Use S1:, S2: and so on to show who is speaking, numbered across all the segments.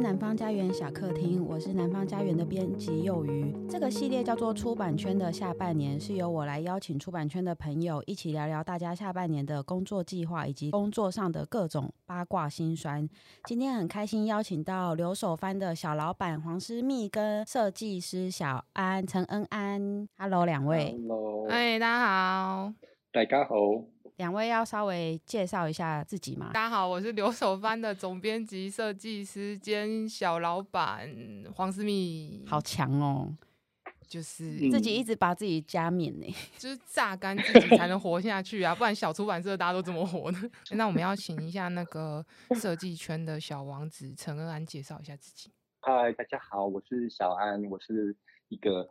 S1: 南方家园小客厅，我是南方家园的编辑幼鱼。这个系列叫做《出版圈的下半年》，是由我来邀请出版圈的朋友一起聊聊大家下半年的工作计划以及工作上的各种八卦辛酸。今天很开心邀请到留守番的小老板黄思密跟设计师小安陈恩安，Hello 两位，
S2: Hello，
S3: 哎，大家好，
S2: 大家好，
S1: 两位要稍微介绍一下自己吗
S3: 大？家好，我是留守番的总编辑、设计师兼小老板黄思密。
S1: 好，强哦，
S3: 就是
S2: 嗯
S1: 自己一直把自己加冕呢、
S3: 就是榨干自己才能活下去啊，不 然小出版社大家都怎么活呢？那我们要请一下那个设计圈的小王子陈恩安介绍一下自己。
S2: 嗨，大家好，我是小安，我是一个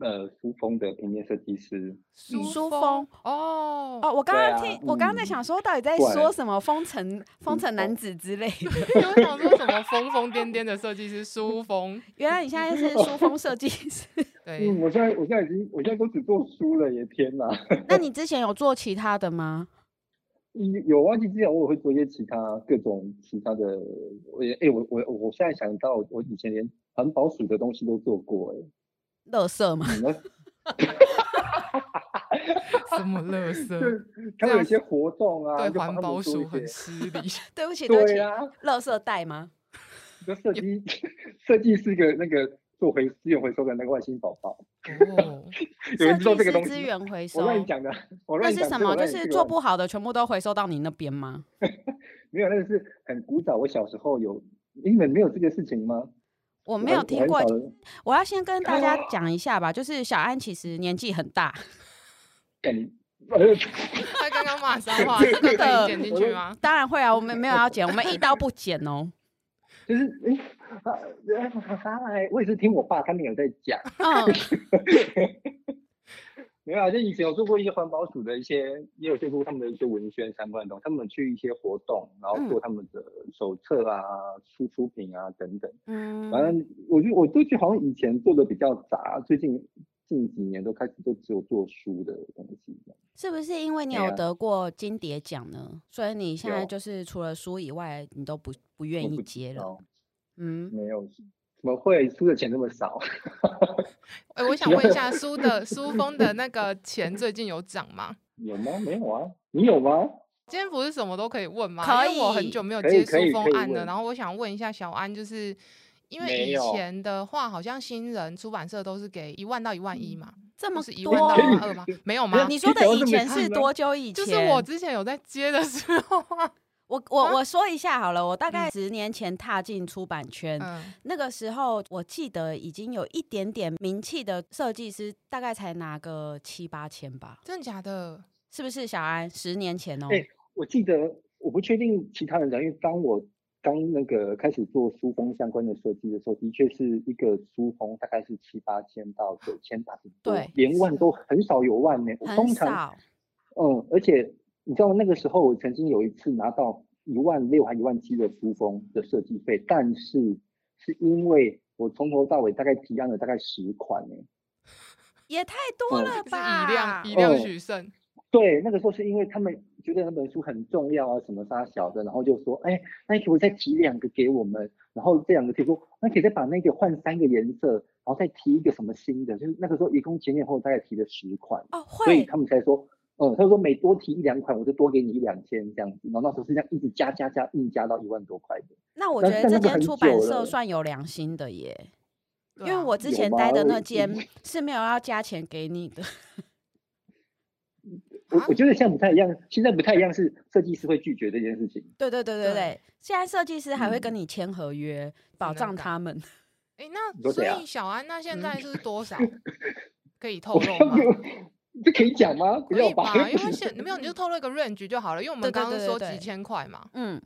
S2: 呃书风的平面设计师。
S1: 书
S3: 风
S1: 风
S3: 哦，嗯
S1: 哦，我刚刚
S2: 对
S1: 听，
S2: 啊
S1: 我刚刚在想说，到底在
S2: 怪
S1: 说什么“风尘风尘
S2: 哦
S1: 男子”之类的？
S3: 有想说什么疯疯癫癫的设计师书风？
S1: 原来你现在是书风设计 师。
S3: 对，
S2: 嗯，我现在我现在已经我现在都只做书了耶，天哪！
S1: 那你之前有做其他的吗？
S2: 有有啊，其实偶尔会做一些其他各种其他的，我也哎、我我我现在想到，我以前连环保署的东西都做过哎、
S1: 乐色吗？
S2: 你们
S3: 什么乐 色？
S2: 对，他
S3: 这
S2: 们有
S3: 样
S2: 些活动啊，
S3: 对
S2: 就帮
S3: 环
S2: 他们做
S3: 保
S2: 一
S3: 署
S2: 些
S3: 很失 礼。
S1: 对不起，对不
S2: 对
S1: 起，
S2: 啊，
S1: 乐色袋吗？
S2: 就设计 设计是一个那个做回资源回收的那个外星宝宝，
S3: 哦，
S2: 有
S1: 设
S2: 人
S1: 计
S2: 知道这
S1: 师
S2: 个东西
S1: 资
S2: 吗
S1: 源回收
S2: 我，乱讲的，我
S1: 那
S2: 乱讲
S1: 是
S2: 这
S1: 什
S2: 我
S1: 么？就
S2: 乱讲
S1: 是
S2: 这个
S1: 做
S2: 乱
S1: 不好的全部都回收到你那边吗？
S2: 没有，那个是很古早。我小时候有，你们没有这个事情吗？
S1: 我
S2: 我
S1: 没有
S2: 很
S1: 听过
S2: 我，很少人
S1: 我要先跟大 家讲一下吧，就是小安其实年纪很大，
S2: 干你，呃，
S3: 他刚刚骂脏 话，这个可以剪进去吗？
S1: 当然会啊，我们没有要剪，我们一刀不剪 哦。
S2: 就是哎，啊哎哈哈哎我也是听我爸他们有在讲，
S1: 嗯，
S2: 没有啊，就以前有做过一些环保署的一些，也有做过他们的一些文宣相关的东西，他们去一些活动，然后
S1: 嗯
S2: 做他们的手册啊、出出品啊等等。
S1: 嗯
S2: 反正我就我就觉得好像以前做的比较杂，最近近几年都开始都只有做书的东西。
S1: 是不是因为你
S2: 对
S1: 有
S2: 啊
S1: 得过金蝶奖呢？所以你现在
S2: 有
S1: 就是除了书以外，你都不不愿
S2: 我
S1: 意
S2: 不
S1: 接
S2: 然
S1: 了？
S2: 后
S1: 嗯，
S2: 没有，怎么会输的钱那么少？
S3: 哎、我想问一下，苏的苏峰的那个钱最近有涨吗？
S2: 有吗？没有啊，你有吗？
S3: 今天不是什么都可以问吗？
S1: 可
S3: 因为我
S1: 以
S3: 很久没有
S2: 可
S3: 接
S2: 以可
S3: 苏
S2: 以
S3: 峰
S2: 可以
S3: 案了，
S2: 问
S3: 然后我想问一下小安，就是因为
S2: 没
S3: 以
S2: 有
S3: 前的话，好像新人出版社都是给一万到一万一嘛，
S1: 这嗯
S3: 不
S1: 么
S3: 是一
S1: 多
S3: 万到一万
S1: 啊，
S3: 二吗？没有吗？
S1: 你说
S2: 你
S1: 的
S2: 怎么
S1: 以
S2: 这么
S1: 前
S2: 看
S1: 是
S2: 呢
S1: 多久以前？
S3: 就是我之前有在接的时候啊，
S1: 我我我说一下好了，我大概十年前踏进出版圈，
S3: 嗯，
S1: 那个时候我记得已经有一点点名气的设计师，大概才拿个七八千吧，
S3: 真的假的？
S1: 是不是？小安，十年前哦，
S2: 哎我记得我不确定其他人讲，因为当我刚那个开始做书风相关的设计的时候，的确是一个书风大概是七八千到九千打底，
S1: 对
S2: 连万都很少有万呢、
S1: 很
S2: 通常
S1: 少，
S2: 嗯，而且你知道那个时候，我曾经有一次拿到一万六还一万七的书封的设计费，但是是因为我从头到尾大概提案了大概十款呢、
S1: 也太多
S2: 嗯
S1: 了
S3: 哦就是
S1: 吧？
S3: 以量以量
S2: 哦
S3: 取胜，
S2: 对，那个时候是因为他们觉得那本书很重要啊，什么啥小的，然后就说，哎，那可不可以再提两个给我们？然后这两个提出，那可以再把那个换三个颜色，然后再提一个什么新的？就是那个时候一共前前后后大概提了十款。
S1: 哦，
S2: 所以
S1: 会
S2: 他们才说，嗯，他说每多提一两款，我就多给你一两千这样子。然后那时候是这样一直加加加，硬加到一万多块的。
S1: 那我觉
S2: 但
S1: 得
S2: 但
S1: 这
S2: 那个
S1: 间
S2: 很
S1: 出版
S2: 久
S1: 社
S2: 了
S1: 算有良心的耶，因
S3: 对
S1: 为
S3: 啊
S1: 我之
S2: 有
S1: 前待
S2: 吗
S1: 的那
S2: 我
S1: 间 是没有要加钱给你的。
S2: 我
S3: 啊
S2: 我觉得现在不太一样，现在不太一样是设计师会拒绝这件事情。
S1: 对对对对
S3: 对嗯
S1: 对，现在设计师还会跟你签合约，保
S3: 能
S1: 障
S3: 改
S1: 他们。
S3: 哎、
S2: 你
S3: 那
S2: 说
S3: 所
S2: 谁啊
S3: 以小安，那现
S1: 嗯
S3: 在是 多少？可以透
S2: 我
S3: 露吗？
S2: 这可以讲吗？不
S3: 可
S2: 要
S3: 以吧？因为现没有，你就透露一个 range 就好了，因为我
S1: 对
S3: 们
S1: 对
S3: 刚刚
S1: 对
S3: 说
S1: 对对
S3: 几千块嘛。
S1: 嗯，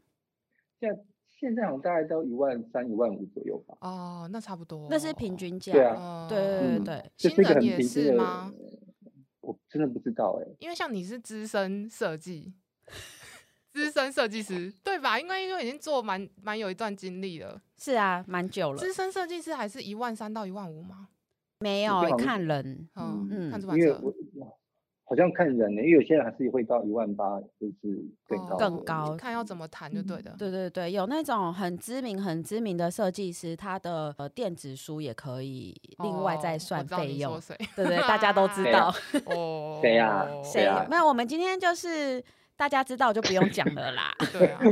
S2: 现在现在好像大概到一万三、一万五左右吧。
S3: 哦，那差不多。
S1: 那是平。均价。
S2: 对啊
S3: 哦，
S1: 对对对
S2: 嗯
S1: 对，
S2: 这
S3: 新
S2: 是一个
S3: 人
S2: 很
S3: 也
S2: 平
S3: 是
S2: 均的
S3: 吗。
S2: 我真的不知道哎、
S3: 因为像你是资深设计，资深设计师对吧？应该因为已经做蛮蛮有一段经历了。
S1: 是啊，蛮久了。
S3: 资深设计师还是一万三到一万五吗？
S1: 没
S2: 这
S1: 有欸
S2: 好像
S1: 看人，
S3: 嗯，
S2: 嗯
S3: 看出
S2: 因
S3: 版
S2: 为
S3: 社
S2: 我哇好像看人欸呢、因为有些人还是会到一万八，就是更
S3: 哦
S2: 高、
S1: 更高嗯
S3: 看要怎么谈就对的。
S1: 对对对，有那种很知名、很知名的设计师，他的呃电子书也可以另外
S3: 哦
S1: 再
S3: 我
S1: 算
S3: 知道
S1: 费
S3: 你说
S1: 用。
S3: 谁
S1: 对对，大家都 知
S2: 谁啊
S1: 道。
S3: 哦，
S2: 谁呀
S1: 谁
S2: 谁啊
S1: 没有，我们今天就是大家知道就不用讲了 啦。
S3: 对啊，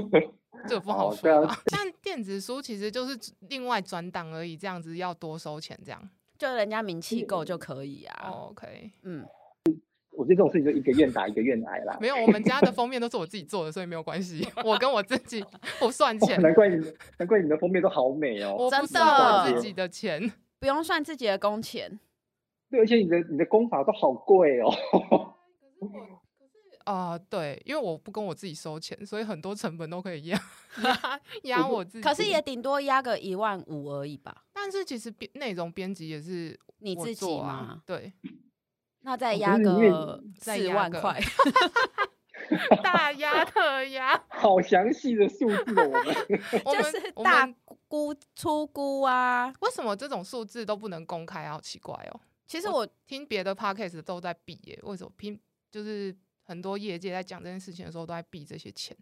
S3: 这不好
S2: 哦
S3: 说
S2: 对啊
S3: 吧。但电子书其实就是另外转档而已，这样子要多收钱这样。
S1: 就人家名气够就可以啊。
S3: 哦 OK，
S1: 嗯，
S2: 我觉得这种事情就一个愿打一个愿挨啦。
S3: 没有，我们家 的封面都是我自己做的，所以没有关系。 我跟我自己不算
S2: 哇
S3: 钱，
S2: 难怪你们，难怪你的封面都好美哦。
S3: 我不
S1: 真
S3: 算我
S2: 的
S3: 自己的钱。
S1: 不用算自己的工钱。
S2: 对，而且你的你的功法都好贵哦。
S3: 啊、对，因为我不跟我自己收钱，所以很多成本都可以压压压我自己。
S1: 可是也顶多压个一万五而已吧，
S3: 但是其实编内容编辑也是
S1: 你
S3: 我
S1: 自己
S3: 做啊
S1: 吗？
S3: 对，
S1: 那再
S2: 哦
S1: 压
S2: 可是你
S1: 个
S3: 再
S1: 四
S3: 压
S1: 万
S3: 个
S1: 块，
S3: 大压特压，
S2: 好详细的数字哦，我们
S3: 我
S1: 就
S3: 们
S1: 是
S3: 我
S1: 大
S3: 们
S1: 估出估啊。
S3: 为什么这种数字都不能公开啊？好奇怪哦！
S1: 其实
S3: 我
S1: 我
S3: 听别的 podcast 都在避耶、为什么拼？就是很多业界在讲这件事情的时候都在避这些钱。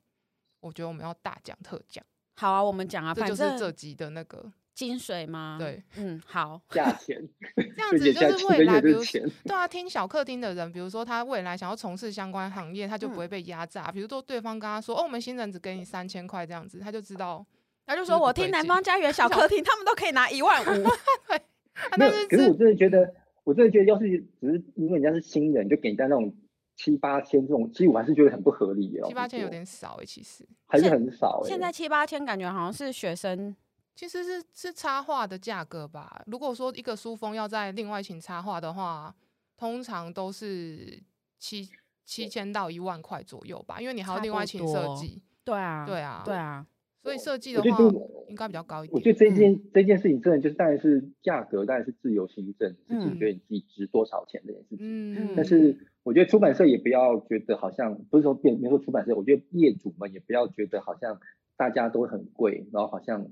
S3: 我觉得我们要大讲特讲，
S1: 好啊，我们讲啊，
S3: 这
S1: 反
S3: 就是这
S1: 正
S3: 集的那个
S1: 金水吗？
S3: 对，
S1: 嗯，好，
S2: 价钱，
S3: 这样
S2: 这
S3: 子
S2: 眼下
S3: 就是
S2: 去
S3: 未
S2: 的
S3: 来，
S2: 也
S3: 比
S2: 就
S3: 如
S2: 是钱。
S3: 对啊，听小客厅的人，比如说他未来想要从事相关行业，他就
S1: 嗯
S3: 不会被压榨。比如说对方跟他说：“哦，我们新人只给你三千块这样子”，他就知道。
S1: 他就
S3: 就是
S1: 说
S3: 不
S1: 我
S3: 对
S1: 听南
S3: 劲
S1: 方家园小客厅，他们都可以拿一万五，
S3: 啊、
S2: 没
S3: 但
S2: 有
S3: 是
S2: 可是我
S3: 是
S2: 真的觉得，我真的觉得，要是只是因为人家是新人，就给人家那种七八千这种，其实我还是觉得很不合理哦。
S3: 七八千有点少诶、欸其实
S2: 还是很少哎。
S1: 现在七八千，感觉好像是学生
S3: 其实是是插画的价格吧。如果说一个书封要在另外请插画的话，通常都是七七千到一万块左右吧，因为你还要
S1: 差
S3: 另
S1: 不
S3: 外请设
S1: 多
S3: 计，
S1: 对啊，
S3: 对啊
S1: 对啊，
S3: 所以设计
S2: 我
S3: 的
S2: 觉
S3: 话
S2: 得这
S3: 应该比较高一
S2: 我
S3: 点。
S2: 觉得这
S1: 嗯
S2: 件、这件事情真的就是，当然是价格，当然是自由行政，自己
S1: 嗯
S2: 觉得你自己值多少钱这件事情。
S3: 嗯，
S2: 但是我觉得出版社也不要觉得好像不是说别别说出版社，我觉得业主们也不要觉得好像大家都很贵，然后好像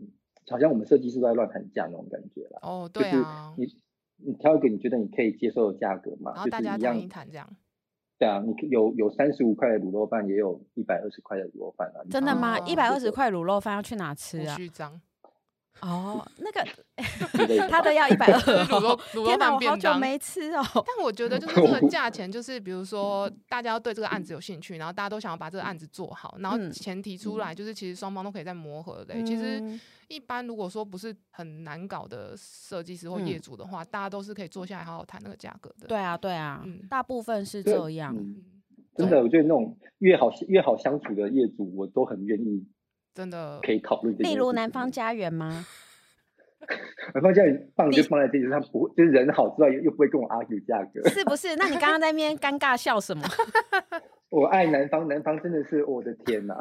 S2: 好像我们设计师都在乱喊价那种感觉啦。
S3: 哦，对啊，
S2: 就是你你挑一个你觉得你可以接受的价格嘛，
S3: 然后
S2: 就
S3: 大
S2: 是
S3: 家
S2: 一
S3: 谈
S2: 样。
S3: 一谈这样。
S2: 对啊，你有有三十五块的卤肉饭，也有一百二十块的卤肉饭啊。你
S1: 真的吗？
S3: 哦
S1: 一百二十块卤肉饭要去哪吃
S3: 不
S1: 啊？
S3: 虚张，
S1: 哦，那个
S2: 之类的
S1: 他的要一百 二，哦
S3: 是卤肉卤肉
S1: 天哪，我
S3: 饭
S1: 好
S3: 便
S1: 久
S3: 当。
S1: 没吃哦。
S3: 但我觉
S2: 嗯
S3: 得就是这 个价钱，就是比如说大家要对这个案子有兴趣，然后大家都想要把这个案子做好，然后
S1: 嗯
S3: 前提出来就是其实双方都可以再磨合的、其实
S1: 嗯
S3: 一般如果说不是很难搞的设计师或
S2: 嗯
S3: 业主的话，大家都是可以坐下来好好谈那个价格 的。
S1: 对啊，对啊
S3: 嗯，
S1: 大部分是
S2: 对
S1: 这样。
S2: 嗯
S3: 嗯，
S2: 真的，我觉得那种越好越好相处的业主，我都很愿意
S3: 真的
S2: 可以讨论这件
S1: 例
S2: 事情。
S1: 如南方家园吗？
S2: 南方家人放
S1: 地
S2: 就放在这里，他不会就是人好之外，又又不会跟我 argue 价格。
S1: 是不是？那你刚刚在那边尴尬笑 什么？
S2: 我爱南方，南方真的是我的天呐、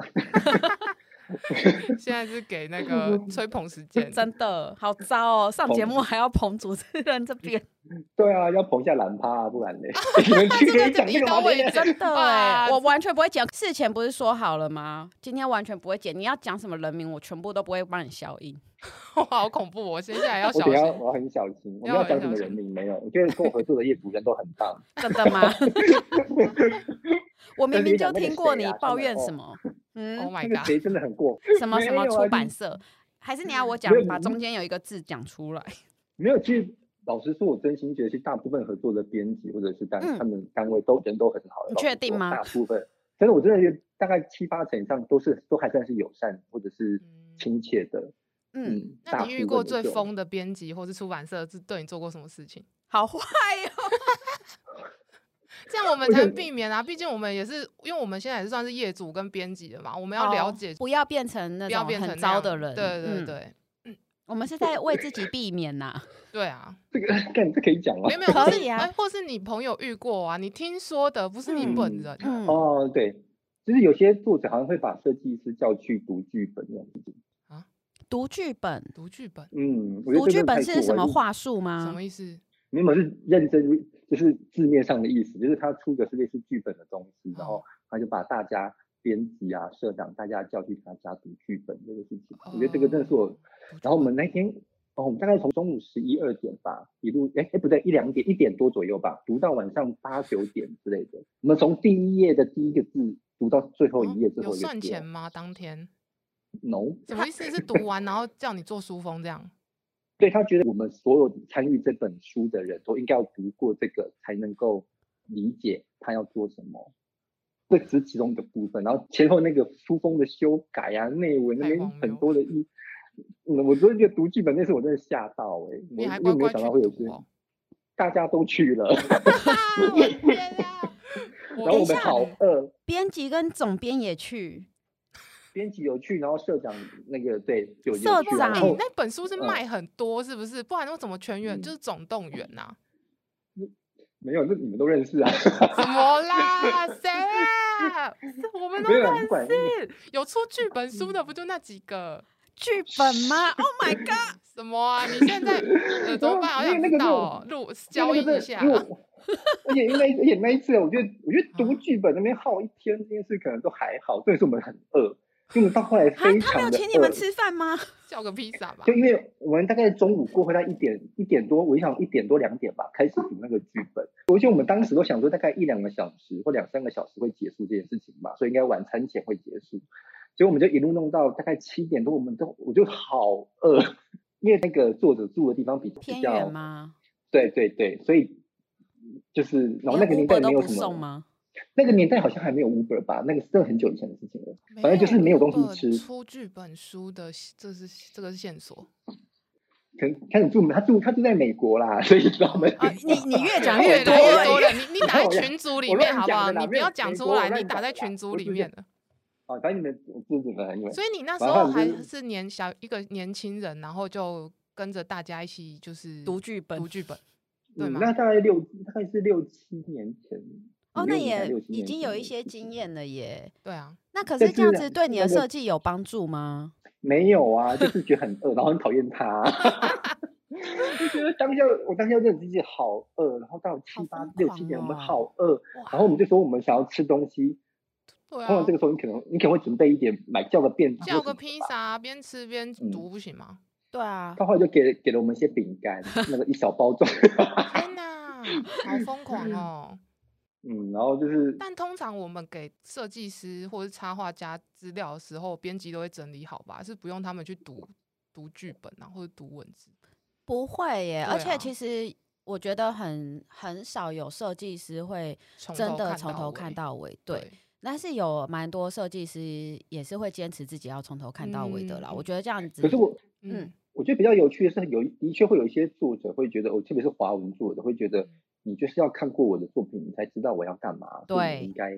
S3: 现在是给那 个吹捧时间，
S1: 真的好糟哦！上节
S2: 捧
S1: 目还要捧主持人这 边，
S2: 对啊，要捧一下蓝趴啊，不然嘞， 你们去跟你讲这个
S3: 刀
S2: 吗？
S3: 未
S2: 对不对
S3: 真
S1: 真的哎，
S3: 哇
S1: 我完全不会剪。事前不是说好了吗？今天完全不会剪。你要讲什么人名，我全部都不会帮你消音。
S3: 哇， 好恐怖、哦！我现在要
S2: 我
S3: 小
S2: 等一下
S3: 心。
S2: 我要很小心，我
S3: 要
S2: 没有讲
S3: 很
S2: 什么
S3: 小
S2: 人
S3: 心
S2: 名没有。我觉得跟我合作的业主人都很 棒，
S1: 真的 吗？我明
S2: 但是
S1: 明
S2: 你
S1: 就
S2: 讲那个
S1: 听过
S2: 谁
S1: 你
S2: 啊
S1: 抱
S2: 真的
S1: 怨
S2: 哦
S1: 什 么，
S3: Oh
S1: 嗯，
S3: my
S2: 那个
S3: god！
S2: 谁真的很过。
S1: 什么什
S2: 没
S1: 么
S2: 有
S1: 出
S2: 啊
S1: 版
S2: 就嗯
S1: 社，还是你要我讲
S2: 没有
S1: 把
S2: 你
S1: 中间有一个字讲出来？
S2: 没有，其实老实说，我真心觉得，其实大部分合作的编辑或者是单、
S1: 嗯
S2: 他们单位都人都很好。
S1: 你
S2: 老实
S1: 确定
S2: 说
S1: 吗
S2: 大部分真的，我真的觉得大概七八成以上都是都还算是友善或者是
S3: 嗯
S2: 亲切的。
S1: 嗯，
S2: 嗯，
S3: 那
S2: 大
S3: 你
S2: 部
S3: 遇过
S2: 分的
S3: 最
S2: 就
S3: 疯的编辑或是出版社是对你做过什么事情？
S1: 好坏哦，
S3: 这样我们
S2: 我
S3: 才
S2: 觉得
S3: 能避免啊！毕竟我们也是，因为我们现在也是算是业主跟编辑的嘛，我们要了解，
S1: 哦不要变成那
S3: 不要
S1: 种
S3: 变成
S1: 很
S3: 那
S1: 糟
S3: 样
S1: 的人。
S3: 对对
S1: 嗯
S3: 对、
S1: 我们是在为自己避免呐、
S3: 对啊，
S2: 这个， 看这可以讲吗
S3: 没有？没有，
S1: 可
S3: 或是
S1: 以啊
S3: 哎或是你朋友遇过啊，你听说的，不是你本
S2: 嗯
S3: 人。啊
S1: 嗯，
S2: 哦，对，就是有些作者好像会把设计师叫去读剧本那种事情。
S1: 读剧本，
S3: 读剧本
S2: 嗯，我觉
S1: 读
S2: 得这
S1: 剧
S2: 真的
S1: 本
S2: 太
S1: 是
S2: 过
S1: 什么
S2: 了？
S1: 话术
S3: 什
S1: 吗
S3: 么？意思？
S2: 没有是认真，就是字面上的意思，就是他出的是类似剧本的东
S3: 嗯
S2: 西，然后他就把大家编辑啊、
S3: 哦
S2: 社长大家叫去他家读剧本这个事情。我觉得这个真的是我
S3: 读剧
S2: 然后我
S3: 本
S2: 们那天哦，我们大概从中午十一二点吧，一路哎哎不对，一两点一点多左右吧，读到晚上八九点之类的。我们从第一页的第一个字读到最后一页，最
S3: 啊哦有
S2: 后一个
S3: 算
S2: 字
S3: 钱吗？当 天
S2: ？No，
S3: 什么意思？是读完然后叫你做书封这样？
S2: 对他觉得我们所有参与这本书的人都应该要读过这个，才能够理解他要做什么。这只是其中一个部分，然后前后那个书封的修改啊、内文那
S3: 太
S2: 边
S3: 荒
S2: 很
S3: 谬
S2: 多的意，嗯我真的觉得读剧本那次我真的吓到哎、欸，
S3: 你还
S2: 我
S3: 乖
S2: 又没有
S3: 乖
S2: 想
S3: 去
S2: 到会有
S3: 读
S2: 这，
S3: 哦。
S2: 大家都去了，
S3: 啊！ 我的天啊！
S1: 等
S2: 然后我
S1: 一
S2: 们
S1: 下
S2: 好饿，
S1: 编辑跟总编也去，
S2: 编辑有去，然后社长那个对有有去，
S1: 社
S2: 然
S1: 长
S2: 后
S1: 哦
S3: 哎那本书是
S2: 嗯
S3: 卖很多是不是？不然我怎么全员
S2: 嗯
S3: 就是总动员呐？
S2: 没有，那你们都认识啊，
S3: 怎么啦？谁啊？这我们都
S2: 没有啊
S3: 认
S2: 不管
S3: 识，有出剧本书的不就那几个？
S1: 剧本吗？Oh my god！
S3: 什么啊？你现在 呃怎么办？好
S2: 因为那个是
S3: 想知道
S2: 我
S3: 哦，录
S2: 因
S3: 交
S2: 为
S3: 易
S2: 那个
S3: 一
S2: 真
S3: 下
S2: 的因为 我而且因为那而且那一次，我觉得我觉得读
S1: 嗯
S3: 啊
S2: 剧本那边耗一天这件事可能都还好，重点是我们很饿，因为到后来
S1: 啊，
S2: 非
S1: 他没有
S2: 常的
S1: 请你们
S2: 饿。
S1: 吃饭吗？
S3: 叫个披萨吧
S2: 就。因为我们大概中午过后，到一点一点多，我想一点多两点吧，开始读那个剧本。而且我们当时都想说，大概一两个小时或两三个小时会结束这件事情吧，所以应该晚餐前会结束。所以我们就一路弄到大概七点多，我们都我就好饿，因为那个作者住的地方比
S1: 偏
S2: 比较
S1: 远吗？
S2: 对对对，所以就是，然后那
S1: 连
S2: 个年
S1: Uber
S2: 代
S1: 都
S2: 没有
S1: 不
S2: 什
S1: 送
S2: 么，
S1: 吗？
S2: 那个年代好像还没有 Uber 吧，那个是真的很久以前的事情了。反正就是没有东
S1: 哎
S2: 西
S3: 本
S2: 吃
S3: 呃出剧本书的，这是这个是线索。
S2: 可能开始住，他住他住在美国啦， 所以你知道吗？
S1: 啊，你你越讲
S2: 对
S1: 越
S3: 越
S1: 多
S3: 来
S2: 对
S3: 越
S2: 对
S3: 多
S1: 欸，
S3: 了，你你打在群组里
S2: 我
S3: 面
S2: 乱
S3: 好不
S2: 讲
S3: 好？
S2: 的啦
S3: 你不
S2: 没有
S3: 要
S2: 美
S3: 讲出
S2: 国我
S3: 来，你
S2: 乱
S3: 打
S2: 讲的
S3: 在
S2: 啦
S3: 群组
S2: 我
S3: 里
S2: 只是
S3: 面的。
S2: 哦，反正你们自己们你们
S3: 所以你那时
S2: 反正
S3: 候
S2: 我
S3: 还
S2: 就是
S3: 是年小一个年轻人，然后就跟着大家一起就是
S1: 读剧本
S3: 读剧本。对
S2: 嗯
S3: 吗
S2: 那大概六大概是六七年前
S1: 哦，
S2: 五
S1: 那
S2: 六年前
S1: 也
S2: 六七
S1: 已
S2: 年
S1: 经
S2: 前
S1: 有
S2: 的
S1: 一些
S2: 事情
S1: 经验了耶。
S3: 对啊，
S1: 那可
S2: 但
S1: 是这样
S2: 是
S1: 子对你的
S2: 那个
S1: 设计有帮助吗？
S2: 没有啊，就是觉得很饿，然后很讨厌 他。就觉得当下我当下真的自己好饿，然后到七八
S1: 疯
S2: 六七点我
S1: 狂
S2: 们
S1: 哦
S2: 好饿，
S3: 哇，
S2: 然后我们就说我们想要吃东西，
S3: 对
S2: 通常这个
S3: 啊，
S2: 时候你可能你可能会准备一点买叫个便当，
S3: 叫个披。萨，边吃边
S2: 嗯
S3: 读不行吗？
S1: 对啊，
S2: 到后来就给给了我们一些饼干， 那个一小包装，
S3: 天哪，好疯狂哦！
S2: 嗯，然后就是
S3: 但通常我们给设计师或是插画家资料的时候，编辑都会整理好吧，是不用他们去读读剧本啊，或者读文字。
S1: 不会耶。而
S3: 对
S1: 且
S3: 啊
S1: 其实我觉得很很少有设计师会
S3: 从
S1: 真
S3: 头
S1: 的
S3: 看
S1: 从
S3: 到
S1: 头看
S3: 尾
S1: 到尾，对。，但是有蛮多设计师也是会坚持自己要从头看到尾的啦。
S3: 嗯
S1: 我觉得这样子，
S2: 可是我
S1: 嗯
S3: 嗯，
S2: 我觉得比较有趣的是有的确会有一些作者会觉得，哦，特别是华文作者会觉得你就是要看过我的作品，你才知道我要干嘛，所以你
S1: 对
S2: 应该。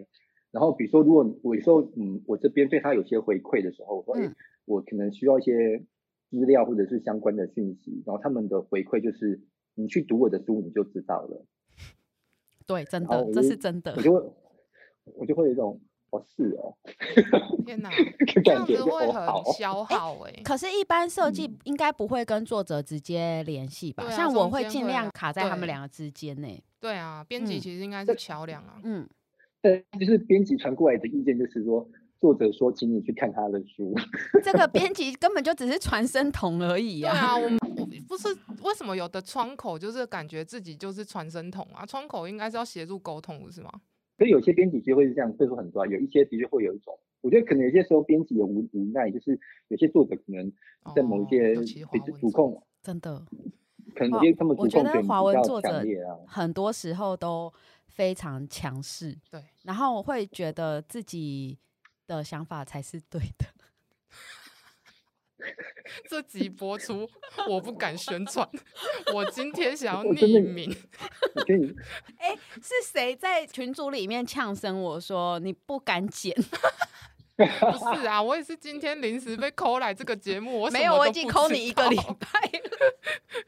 S2: 然后比如说，如果你我有时候嗯，我这边对他有些回馈的时候，我说、哎
S1: 嗯
S2: 我可能需要一些资料或者是相关的讯息，然后他们的回馈就是你去读我的书你就知道了，
S1: 对，真
S2: 然后
S3: 哦
S1: 的
S2: 我，
S1: 这
S2: 就是
S1: 真的
S2: 我。就会我就会有一种哦是哦，
S3: 天哪，
S2: 就
S3: 这
S2: 感
S3: 样
S2: 觉
S3: 子
S2: 就
S3: 会
S2: 哦好
S3: 很消耗哎、
S1: 嗯 可是，一般设计
S2: 嗯
S1: 应该不会跟作者直接联系吧？
S3: 对啊
S1: 像我
S3: 中
S1: 会
S3: 间
S1: 尽
S3: 会
S1: 量
S3: 啦
S1: 卡在他们
S3: 对
S1: 两个之间呢、
S3: 对啊，编辑
S1: 嗯
S3: 其实应该
S2: 这
S3: 是桥梁 啊。
S1: 嗯，
S2: 但就是编辑传过来的意见就是说，作者说请你去看他的书，
S1: 这个编辑根本就只是传声筒而已
S3: 对
S1: 啊。
S3: 啊，我们我不是为什么有的窗口就是感觉自己就是传声筒啊？窗口应该是要协助沟通，不是吗？
S2: 所以有些编辑就会是这样，会说很多啊，有一些的确会有一种，我觉得可能有些时候编辑的无无奈，就是有些作者可能在某一
S3: 哦
S2: 些
S3: 尤其华
S2: 比
S3: 文
S2: 主
S3: 作
S2: 控，
S1: 真的，
S2: 可能
S1: 华
S2: 有些他们主
S1: 我
S2: 控
S1: 觉
S2: 权
S1: 得
S2: 比
S1: 华文
S2: 较
S1: 作者
S2: 强烈啊。
S1: 很多时候都非常强势，
S3: 对，
S1: 然后我会觉得自己的想法才是对的。
S3: 这集播出我不敢宣传， 我今天想要
S2: 我真的
S3: 匿名，
S2: 我觉得 你
S1: 是谁在群组里面呛声我说你不敢剪？
S3: 不是啊，我也是今天临时被抠来这个节目，我什
S1: 没有，
S3: 么
S1: 我
S3: 都
S1: 已经
S3: 不
S1: 抠
S3: 知
S1: 你一个礼
S3: 道
S1: 拜了。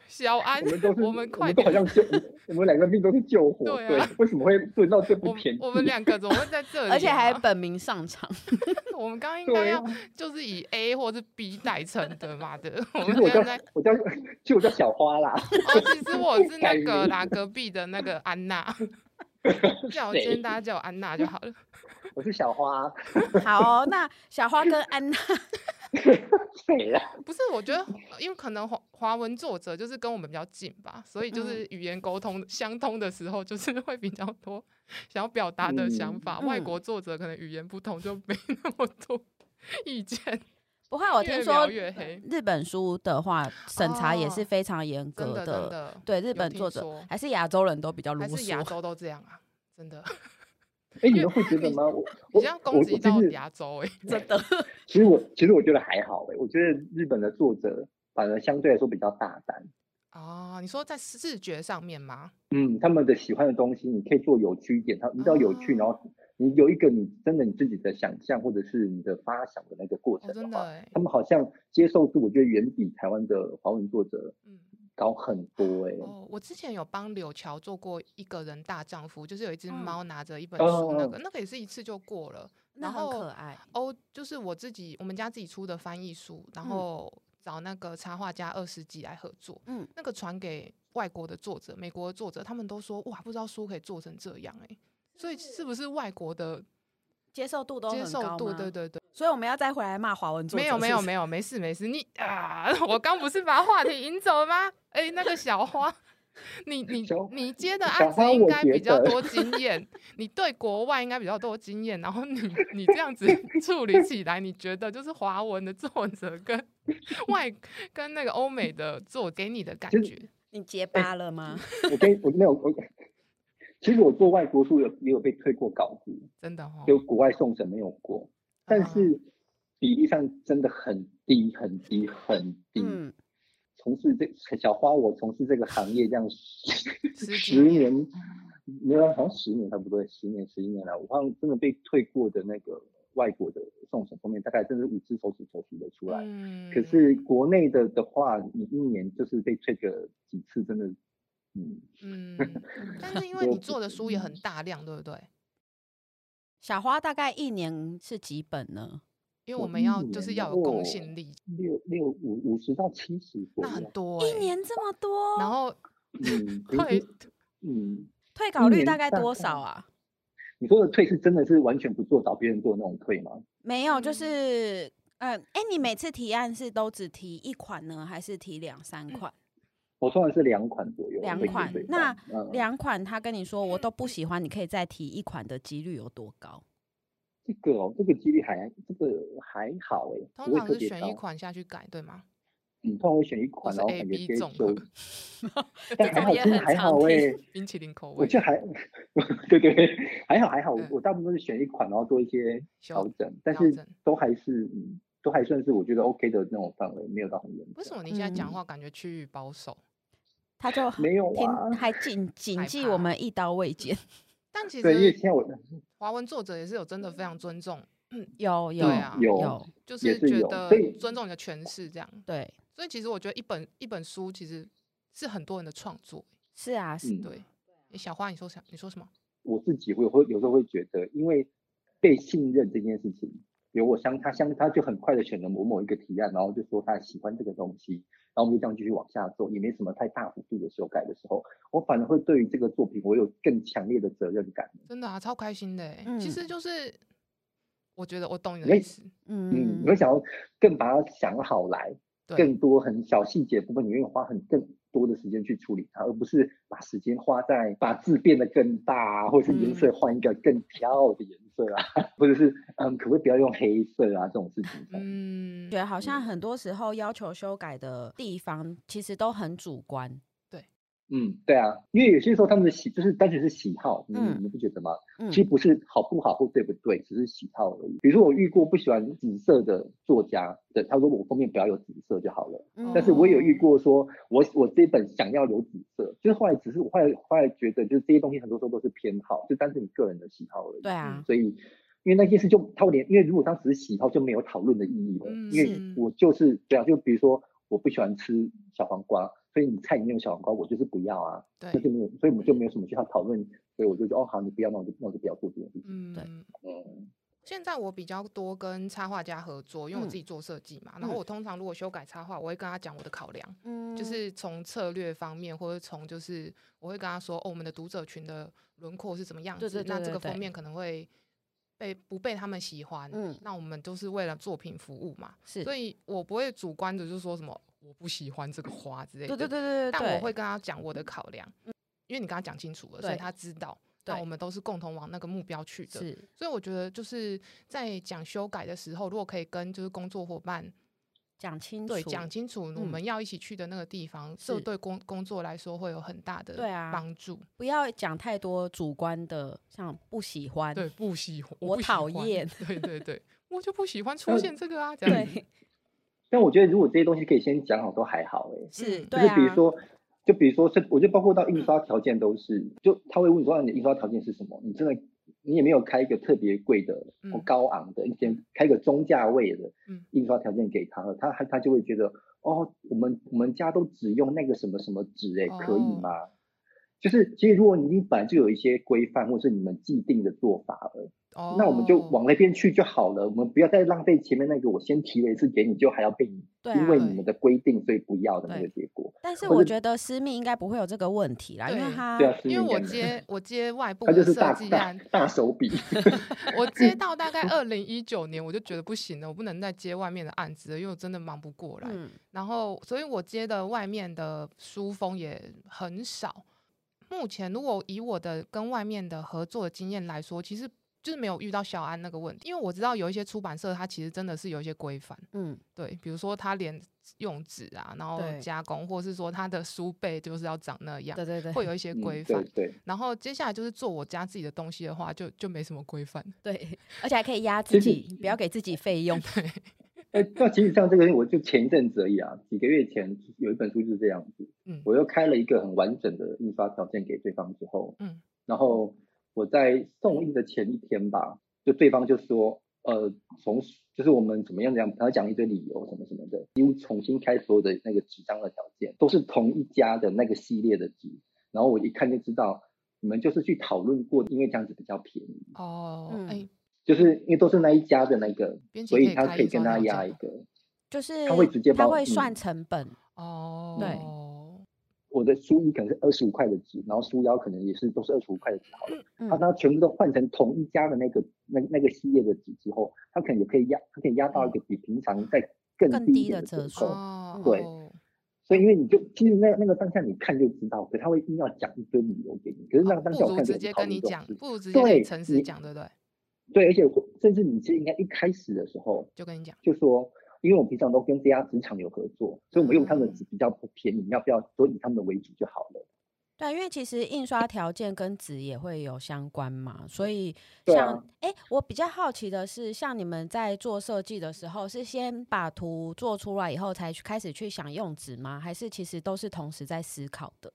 S3: 小安
S2: 我们都，是
S3: 我们快
S2: 都好
S3: 点，
S2: 像救，我们两个命都是救火
S3: 对
S2: 队，
S3: 啊
S2: 为什么会沦到这部
S3: 我
S2: 片
S3: 们？我们两个怎么会在这里啊？
S1: 而且还本名上 场。
S3: 我们刚刚应该
S2: 对
S3: 要
S2: 啊，
S3: 就是以 A 或是 B 代称的嘛的。我
S2: 其
S3: 们
S2: 实我
S3: 现
S2: 叫
S3: 在
S2: 我叫， 其实我叫小花啦，
S3: 哦，其实我是
S2: 改
S3: 那个
S2: 名
S3: 啦，隔壁的那个安娜，叫我今天大家叫我安娜就好了。
S2: 我是小花。
S1: 好哦、那小花跟安娜
S2: 谁呀？
S3: 不是，我觉得因为可能华华文作者就是跟我们比较近吧，所以就
S1: 嗯
S3: 是语言沟通相通的时候，就是会比较多想要表达的想
S2: 嗯
S3: 法。外
S1: 嗯
S3: 国作者可能语言不通，就没那么多 意见，
S1: 不过我哦听
S3: 越
S1: 说呃
S3: 描越黑，
S1: 日本书的话，审查也是
S3: 哦
S1: 非常严
S3: 真
S1: 格
S3: 的真的，
S1: 对日本
S3: 听
S1: 作者
S3: 说
S1: 还是亚洲人都比较
S3: 还
S1: 啰
S3: 是亚
S1: 嗦，
S3: 洲都这样啊，真的。
S2: 哎，你们会觉得吗？我
S3: 你
S2: 我
S3: 这样
S2: 我
S3: 攻
S2: 我
S3: 击
S2: 其
S3: 到
S2: 实
S3: 亚洲 哎、
S1: 真的。
S2: 其实我其实我觉得还好哎，我觉得日本的作者反而相对来说比较大胆。
S3: 啊！你说在视觉上面吗？
S2: 嗯，他们的喜欢的东西，你可以做有趣一点，他你知道有趣，然
S3: 哦
S2: 后你有一个你真的你自己的想象或者是你的发想的那个过
S3: 哦，
S2: 程
S3: 真的
S2: 话，
S3: 哎、
S2: 他们好像接受度，我觉得远比台湾的华文作者
S3: 嗯。
S2: 高很多哎、
S3: 哦，我之前有帮柳乔做过一个人大丈夫，就是有一只
S1: 嗯
S3: 猫拿着一本书，那个
S2: 哦
S3: 那个也是一次就过了。
S1: 那
S3: 然
S1: 很可
S3: 后
S1: 爱，
S3: 哦，就是我自己我们家自己出的翻译书，然
S1: 嗯
S3: 后找那个插画家二十几来合作，
S1: 嗯，
S3: 那个传给外国的作者、美国的作者，他们都说哇，不知道书可以做成这样哎、所以是不是外国的
S1: 接受度都
S3: 接
S1: 很
S3: 受
S1: 高
S3: 度？
S1: 吗
S3: 对，对对，
S1: 所以我们要再回来骂华文作者，
S3: 没有没有没
S1: 有，
S3: 有，没事没事，你啊， 我刚不是把话题引走了吗？哎、那个小花，你你
S2: 小
S3: 你接的
S2: 小
S3: 案子
S2: 花
S3: 应
S2: 我
S3: 该
S2: 觉
S3: 比较
S2: 得
S3: 多经验，你对国外应该比较多经验，然后你你这样子 处理起来，你觉得就是华文的作者跟 外跟那个欧美的作给你的感
S2: 其实
S3: 觉，
S1: 你结巴了吗？
S3: 哎
S2: 我跟我没有我， 其实我做外国书有也有被推过稿子，
S3: 真的哦，
S2: 就国外送审没有过，但
S3: 啊
S2: 是比例上真的很低很低很低。
S1: 嗯，
S2: 从事这小花，我从事这个行业这样
S3: 十几
S2: 十年，没有好像十年差不多，十年十一年来，我好像真的被退过的那个外国的送审方面，大概真的是五只手指头数得出来。
S3: 嗯
S2: 可是国内的的话，你一年就是被退个几次，真的，嗯，
S3: 嗯，但是因为
S2: 我不
S3: 你
S2: 嗯
S3: 做的书也很大量，对不对？
S1: 小花大概一年是几本呢？
S3: 因为我
S2: 我
S3: 们
S2: 一
S3: 要就是
S2: 年
S3: 要有公
S2: 哦
S3: 信力，
S2: 六六五五十到七十左
S3: 那很
S2: 右，
S3: 多
S1: 一
S3: 欸
S1: 年哦这么多，
S3: 然后
S2: 嗯，平
S3: 退
S2: 均嗯，
S1: 退稿率
S2: 年
S1: 大概
S2: 大
S1: 多
S2: 概
S1: 少啊？
S2: 你说的退是真的是完全不做找别人做的那种退吗？
S1: 没有，就
S3: 嗯
S1: 是嗯，哎、你每次提案是都只提一款呢，还是提两三款？
S2: 我通常是两款左右，
S1: 两
S2: 对对
S1: 款
S2: 对
S1: 那
S2: 嗯
S1: 两款他跟你说我都不喜欢，你可以再提一款的几率有多高？
S2: 这个哦，这个几率还这个还好哎，不
S3: 通
S2: 会
S3: 常
S2: 特
S3: 是
S2: 别
S3: 选一
S2: 高，
S3: 款下去改，对吗？
S2: 嗯，通常会选一款，
S3: 是
S2: 然后
S3: A
S2: 感觉
S3: B
S2: 接
S3: 综
S2: 受
S3: 合，
S2: 但
S1: 这种
S2: 还好，
S1: 也
S2: 真的
S1: 很
S2: 还
S1: 常
S2: 好哎
S1: 听，
S3: 冰淇淋口
S2: 我
S3: 味
S2: 就还， 对对对，还好还好，我
S3: 嗯
S2: 我大部分都是选一款，然后做一些
S3: 修
S2: 调整，但
S3: 调
S2: 是
S3: 整
S2: 都还是嗯，都还算是我觉得 OK 的那种范围，没有到很严重。
S3: 为什么你现在讲
S2: 嗯
S3: 话感觉趋于保守？
S1: 他就
S2: 没有啊
S1: 听？还谨谨
S3: 害
S1: 记
S3: 怕
S1: 我们一刀未剪，
S3: 但其
S2: 对，因为
S3: 实
S2: 现在我
S3: 华文作者也是有真的非常尊重，
S1: 有有
S3: 啊
S2: 嗯有
S1: 有，
S3: 就
S2: 也
S3: 是
S2: 是
S3: 觉
S2: 有
S3: 得
S2: 所以
S3: 尊重你的诠释这样。
S1: 对，
S3: 所以其实我觉得一本一本书其实是很多人的创作，
S1: 是啊，是
S2: 嗯
S3: 对。诶小花，你说什你说什么？
S2: 我自己会会有时候会觉得，因为被信任这件事情，比如我相他相他就很快的选了某某一个提案，然后就说他喜欢这个东西，然后我们就这样继续往下做，也没什么太大幅度的修改的时候，我反而会对于这个作品我有更强烈的责任感。
S3: 真的啊，超开心的欸、其
S2: 嗯
S3: 实就是我觉得我懂你的
S2: 没
S3: 意思，
S2: 嗯，
S1: 嗯
S2: 你会想要更把它想好来，
S3: 对，
S2: 更多很小细节部分，你愿意花很更多的时间去处理它，而不是把时间花在把字变得更大啊，或者是颜色
S3: 嗯
S2: 换一个更漂亮的颜色啊，或者是嗯，可不可以不要用黑色啊这种事情上。
S3: 嗯
S1: 觉，得好像很多时候要求修改的地方其实都很主观，
S2: 嗯，对啊，因为有些时候他们的喜就是单纯是喜好，你
S1: 嗯
S2: 你们不觉得吗？
S1: 嗯
S2: 其实不是好不好或对不对，只是喜好而已。比如说我遇过不喜欢紫色的作家的，他说我封面不要有紫色就好了。
S1: 嗯
S2: 但是我也有遇
S3: 哦
S2: 过说，我我这一本想要有紫色，就是后来只是我后来后来觉得，就是这些东西很多时候都是偏好，就单纯你个人的喜好而已。
S1: 对啊，
S2: 所以因为那件事就他会连，因为如果当时喜好就没有讨论的意义了，因为
S3: 嗯
S2: 我就是对啊，就比如说我不喜欢吃小黄瓜，所以你菜里面有小黄瓜，我就是不要啊，
S3: 对
S2: 那，就没有，所以我们就没有什么需要讨论，所以我就说哦好，你不要，那我就那我就不要做这件事情。
S3: 嗯，
S1: 对
S2: 嗯，
S3: 现在我比较多跟插画家合作，因为我
S1: 嗯
S3: 自己做设计嘛。然后我通常如果修改插画，我会跟他讲我的考量，
S1: 嗯
S3: 就是从策略方面，或者从就是我会跟他说，哦，我们的读者群的轮廓是怎么样子，
S1: 对对对
S3: 那这
S1: 对
S3: 个
S1: 对
S3: 封面可能会被不被他们喜欢，
S1: 嗯
S3: 那我们都是为了作品服务嘛，
S1: 是，
S3: 所以我不会主观的就说什么我不喜欢这个花之类的，
S1: 对对对对对，
S3: 但我
S1: 对
S3: 会跟他讲我的考量，因为你跟他讲清楚了，所以
S1: 对
S3: 他知道。那
S1: 对
S3: 我们都是共同往那个目标去的，
S1: 是
S3: 所以我觉得就是在讲修改的时候，如果可以跟就是工作伙伴
S1: 讲清楚，
S3: 对讲清楚我
S1: 嗯
S3: 们要一起去的那个地方，这
S1: 是
S3: 对工工作来说会有很大的
S1: 对啊
S3: 帮助。
S1: 不要讲太多主观的，像不喜欢，
S3: 对，不喜欢，
S1: 我
S3: 不喜
S1: 讨
S3: 欢
S1: 厌
S3: 对对 对，我就不喜欢出
S2: 但
S3: 现这个啊，这样子。
S1: 对，
S2: 但我觉得如果这些东西可以先讲好，都还好哎、
S1: 是，
S3: 嗯
S1: 对
S2: 就是
S1: 啊，
S2: 比如说，就比如说是，我就包括到印刷条件都是，就他会问你说，啊你的印刷条件是什么？你真的你也没有开一个特别贵的、
S3: 嗯
S2: 或高昂的，你先开一个中价位的
S3: 嗯
S2: 印刷条件给他了，他他他就会觉得，哦，我们我们家都只用那个什么什么纸、欸，
S3: 哦
S2: 可以吗？就是其实如果你已经本来就有一些规范，或是你们既定的做法了，
S3: 哦，
S2: 那我们就往那边去就好了，我们不要再浪费前面那个我先提了一次给你，就还要被你。
S1: 对
S2: 因为
S1: 啊。
S2: 你们的规定，所以不要的那
S3: 对
S2: 个结果。
S1: 但是
S2: 或
S1: 我
S2: 者
S1: 觉得私密应该不会有这个问题啦，因为
S3: 对
S1: 他
S2: 对啊，是
S3: 因为
S2: 敏
S3: 我
S2: 感的
S3: 接我接外部
S2: 他就
S3: 的
S2: 是
S3: 设
S2: 大
S3: 计
S2: 大
S3: 案，
S2: 大手笔，
S3: 我接到 大概二零一九年，我就觉得不行了，我不能再接外面的案子了，因为我真的忙不过来。
S1: 嗯
S3: 然后，所以我接的外面的书风也很少。目前，如果以我的跟外面的合作的经验来说，其实就是没有遇到小安那个问题，因为我知道有一些出版社，它其实真的是有一些规范，
S1: 嗯，
S3: 对，比如说它连用纸啊，然后
S1: 对
S3: 加工，或是说它的书背就是要长那样
S1: 对，对对，
S3: 会有一些
S2: 嗯
S3: 规
S2: 对
S3: 范。
S2: 对，
S3: 然后接下来就是做我家自己的东西的话，就就没什么规范。
S1: 对，而且还可以压自
S2: 其实
S1: 己，不要给自己费用。
S2: 哎，那其实像这个，我就前一阵子而已啊，几个月前有一本书就是这样子，
S3: 嗯
S2: 我又开了一个很完整的印刷条件给对方之后，
S3: 嗯，
S2: 然后我在送印的前一天吧，就对方就说，呃，从就是我们怎么样怎么样，他讲一堆理由什么什么的，几乎重新开所有的那个纸张的条件，都是同一家的那个系列的纸，然后我一看就知道，你们就是去讨论过，因为这样子比较便宜，
S3: 哦，哎、
S1: 嗯
S2: 就是因为都是那一家的那个，
S3: 编辑
S2: 所以他
S3: 可
S2: 可
S3: 以
S2: 以
S3: 开印刷
S2: 跟他
S3: 条
S2: 压
S3: 件
S2: 一个。
S1: 就是
S2: 他会直接
S1: 他
S2: 帮
S1: 会
S2: 嗯
S1: 算成本，
S3: 哦，
S1: 对
S2: 我的书衣可能是二十五块的纸，然后书腰可能也是都是二十五块的纸好了。
S1: 嗯
S2: 他当全部都换成同一家的那个那那个系列的纸之后，他可能也可以压，他可以压到
S3: 嗯
S2: 一个比平常再更
S1: 更
S2: 低
S1: 低
S2: 一点
S1: 的折
S2: 折
S1: 扣
S2: 扣。
S3: 哦，
S2: 对
S3: 哦
S2: 所以因为你就其实那那个当下你看就知道，可他会硬要讲一堆理由给你。可是那
S3: 哦
S2: 个当下
S3: 不
S2: 我
S3: 如
S2: 看就
S3: 直
S2: 很
S3: 接
S2: 讨
S3: 跟
S2: 厌
S3: 你
S2: 这种
S3: 讲，
S2: 事
S3: 不如直接跟你
S2: 对
S3: 诚实
S2: 你
S3: 讲，对不对？
S2: 对，而且甚至你其实应该一开始的时候
S3: 就跟你讲，
S2: 就说，因为我们平常都跟这家纸厂有合作，所以我们用他
S3: 嗯
S2: 们的纸比较不便宜，要不要都以他们为主就好了。
S1: 对，啊因为其实印刷条件跟纸也会有相关嘛，所以
S2: 对
S1: 像
S2: 啊
S1: 哎、我比较好奇的是，像你们在做设计的时候，是先把图做出来以后才去开始去想用纸吗？还是其实都是同时在思考的？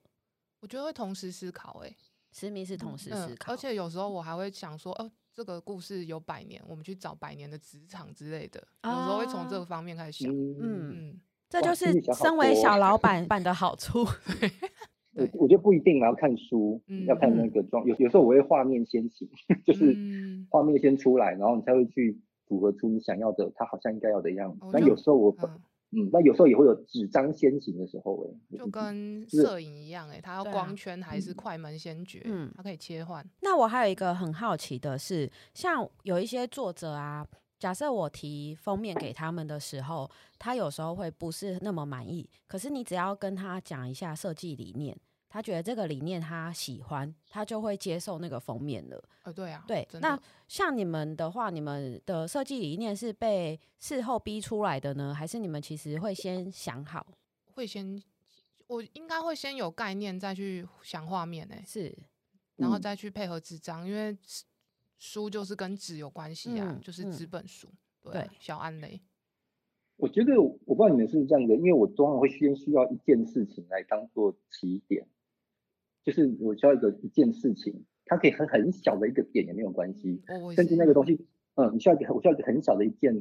S3: 我觉得会同时思考、哎，
S1: 思密是同时思
S3: 嗯，
S1: 考，
S3: 而且有时候我还会想说，哦、这个故事有百年，我们去找百年的职场之类的，有时候会从这
S1: 啊
S3: 个方面开始想，
S1: 嗯
S3: 嗯，
S1: 这
S2: 哇
S1: 就
S2: 思
S1: 是
S2: 密想好
S1: 身为
S2: 多哦
S1: 小老板办的好处。
S2: 我
S3: 对
S2: 我觉得不一定啦，要看书，
S3: 嗯
S2: 要看那个装。有有时候我会画面先行， 就是
S3: 嗯，
S2: 画面先出来，然后你才会去组合出你想要的，它好像应该要的样子
S3: 哦。
S2: 但
S3: 就
S2: 有时候我，
S3: 嗯
S2: 嗯，那有时候也会有纸张先行的时候，哎，
S3: 就跟
S2: 是
S3: 摄影一样、哎，它要
S1: 对啊
S3: 光圈还是
S2: 嗯
S3: 快门先决，
S1: 嗯
S3: 它可以切换，
S1: 那我还有一个很好奇的是，像有一些作者啊，假设我提封面给他们的时候，他有时候会不是那么满意，可是你只要跟他讲一下设计理念。他觉得这个理念他喜欢，他就会接受那个封面了。
S3: 呃，对啊，
S1: 对
S3: 真，的
S1: 那像你们的话，你们的设计理念是被事后逼出来的呢，还是你们其实会先想好？
S3: 会先，我应该会先有概念再去想画面欸诶、
S1: 是，
S3: 然后
S2: 嗯
S3: 再去配合纸张，因为纸书就是跟纸有关系啊，
S1: 嗯
S3: 就是纸本书。对啊
S1: 对
S3: 小安雷，
S2: 我觉得我不知道你们是不是这样的，因为我通常会先需要一件事情来当做起点，就是我需要一个一件事情，它可以很很小的一个点也没有关系，
S3: 我嗯我也
S2: 甚
S3: 是
S2: 至那个东西，嗯，你需要一个我需要一个很小的一件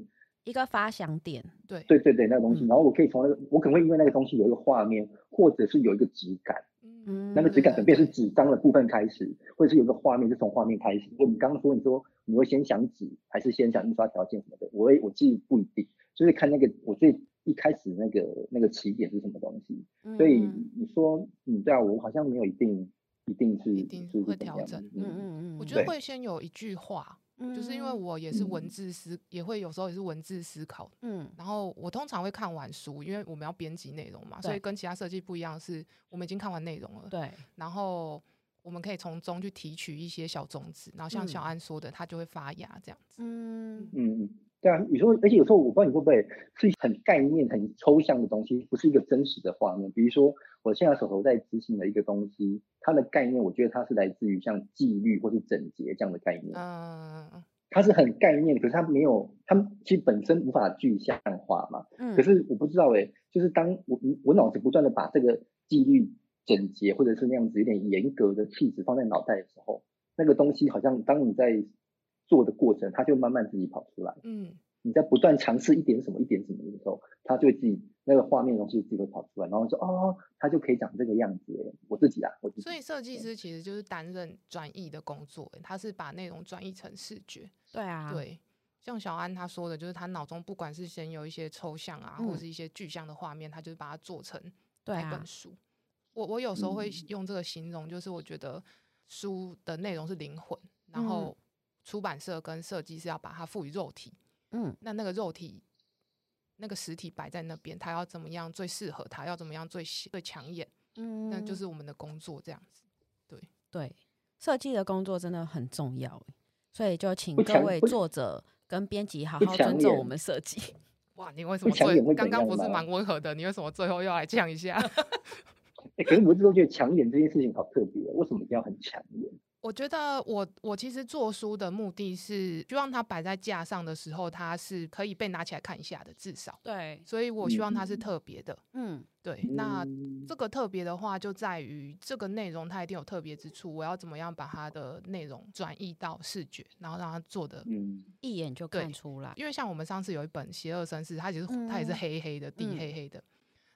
S1: 一个发想点，
S3: 对
S2: 对对对，那个东西，
S1: 嗯
S2: 然后我可以从那个，我可能会因为那个东西有一个画面，或者是有一个质感，
S1: 嗯
S3: 嗯，
S2: 那个质感可能便是
S3: 对
S2: 纸张的部分开始，或者是有一个画面，就从画面开始。就你刚刚说，你说你会先想纸，还是先想印刷条件什么的？我会我记不一定，就是看那个我最一开始那个那个起点是什么东西。所以
S1: 嗯
S2: 你说，嗯，对啊，我好像没有一定一定是
S3: 一定
S2: 是
S3: 会
S2: 怎么
S3: 调
S2: 样
S3: 整
S1: 嗯嗯嗯，
S3: 我觉得
S2: 对
S3: 会先有一句话，就是因为我也是文字思，也会有时候也是文字思考。
S1: 嗯
S3: 然后我通常会看完书，因为我们要编辑内容嘛，所
S1: 对
S3: 以跟其他设计不一样，是我们已经看完内容了。
S1: 嗯对
S3: 然后我们可以从中去提取一些小种子，然后像小
S1: 嗯
S3: 安说的，它就会发芽这样子。
S1: 嗯
S2: 嗯，对啊，有时候，而且有时候我不知道你会不会是很概念、很抽象的东西，不是一个真实的画面。比如说，我现在手头在执行的一个东西，它的概念，我觉得它是来自于像纪律或是整洁这样的概念，
S3: 嗯，
S2: 它是很概念，可是它没有，它其实本身无法具象化嘛。
S1: 嗯
S2: 可是我不知道哎、就是当我我脑子不断的把这个纪律、整洁或者是那样子有点严格的气质放在脑袋的时候，那个东西好像当你在做的过程，它就慢慢自己跑出来。
S3: 嗯，
S2: 你在不断尝试一点什么一点什么的时候，它就会自己那个画面的东西自己会跑出来，然后说哦，它就可以长这个样子耶。我自己啊，我
S1: 嗯
S2: 自己
S3: 所以设计师其实就是担任转译的工作，他是把内容转译成视觉。
S1: 对啊，
S3: 对，像小安他说的，就是他脑中不管是先有一些抽象啊，或
S1: 嗯
S3: 是一些具象的画面，他就是把它做成
S1: 对
S3: 那
S1: 啊
S3: 本，书。我我有时候会
S2: 嗯
S3: 用这个形容，就是我觉得书的内容是灵魂，然
S1: 嗯
S3: 后出版社跟设计是要把它赋予肉体，
S1: 嗯
S3: 那那个肉体。那个实体摆在那边，它要怎么样最适合它，要怎么样最喜最抢眼，
S1: 嗯，
S3: 那就是我们的工作这样子。
S1: 对设计的工作真的很重要欸，所以就请
S2: 不
S1: 各
S2: 强
S1: 位
S2: 不
S1: 作者跟编辑好
S2: 不
S1: 好
S2: 抢
S1: 尊重我
S2: 眼
S1: 们设计。
S3: 哇，你为什
S2: 不
S3: 么
S2: 抢
S3: 最
S2: 眼会
S3: 刚
S2: 怎
S3: 刚
S2: 样
S3: 不是
S2: 吗
S3: 蛮温和的？你为什么最后又要来降一下？
S2: 哎、可是我一直都觉得抢眼这件事情好特别，为什么一定要很抢眼？
S3: 我觉得我我其实做书的目的是，希望它摆在架上的时候，它是可以被拿起来看一下的，至少。
S1: 对，
S3: 所以我希望它是
S2: 嗯
S3: 特别的。
S1: 嗯
S3: 对，那
S2: 嗯
S3: 这个特别的话，就在于这个内容它一定有特别之处，我要怎么样把它的内容转移到视觉，然后让它做的。
S2: 嗯
S1: 一眼就
S3: 对
S1: 看出来。
S3: 因为像我们上次有一本《邪恶绅士》，它其实它也是
S1: 嗯
S3: 黑黑的，
S1: 嗯
S3: 地黑黑的，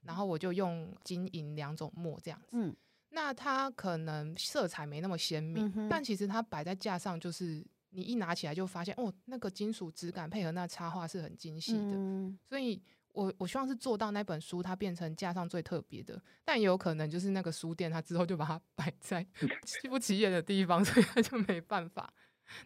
S3: 然后我就用金银两种墨这样子。
S1: 嗯
S3: 那它可能色彩没那么鲜明
S1: 嗯，哼
S3: 但其实它摆在架上，就是你一拿起来就发现，哦，那个金属质感配合那插画是很精细的。
S1: 嗯
S3: 所以我我希望是做到那本书它变成架上最特别的，但也有可能就是那个书店它之后就把它摆在
S2: 嗯
S3: 不起眼的地方，所以它就没办法。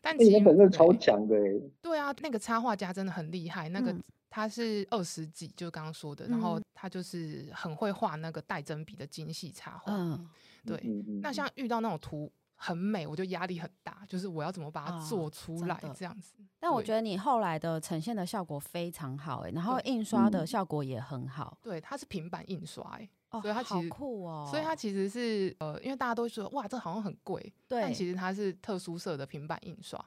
S3: 但
S2: 哎、
S3: 其
S2: 你
S3: 实
S2: 那本真的超
S3: 对
S2: 强的哎，
S3: 对啊，那个插画家真的很厉害。那个
S1: 嗯
S3: 他是二十几，就刚刚说的，然后
S1: 嗯
S3: 他就是很会画那个带针笔的精细插画。
S1: 嗯，
S3: 对，
S2: 嗯嗯
S3: 那像遇到那种图很美，我就压力很大，就是我要怎么把它
S1: 啊
S3: 做出
S1: 真
S3: 来
S1: 的
S3: 这样子。
S1: 但我
S3: 对
S1: 觉得你后来的呈现的效果非常好哎，然后
S3: 对
S1: 印刷的
S2: 嗯
S1: 效果也很好
S3: 对，它是平板印刷、欸，
S1: 哦，
S3: 所以它其
S1: 好
S3: 实
S1: 酷哦，
S3: 所以它其实是呃，因为大家都说哇，这好像很贵，但
S1: 对，哦
S3: 其实它是特殊色的平板印刷。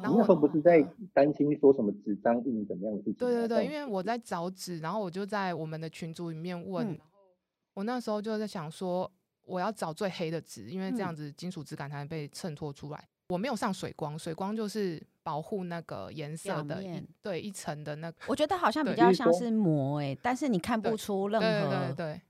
S3: 然
S2: 你
S3: 后
S2: 那时候不是在
S3: 嗯
S2: 担心说什么纸张印怎么样的事情吗？
S3: 对
S1: 嗯
S3: 对对，
S1: 哦
S2: 这
S3: 因
S2: 样
S3: 为我在找纸，然后我就在我们的群组里面问，
S1: 嗯
S3: 然后我那时候就在想说，我要找最黑的纸，因为这
S1: 嗯
S3: 样子金属质感才能被衬托出来。我没有上水光，水光就是保护那个颜
S1: 表
S3: 色的一
S1: 面
S3: 对一层的那个。
S1: 我觉得好像比
S3: 对
S1: 较
S2: 就是
S1: 像
S2: 说
S1: 是膜哎，但是你看
S3: 对
S1: 不出任
S3: 对对对
S1: 何
S3: 对。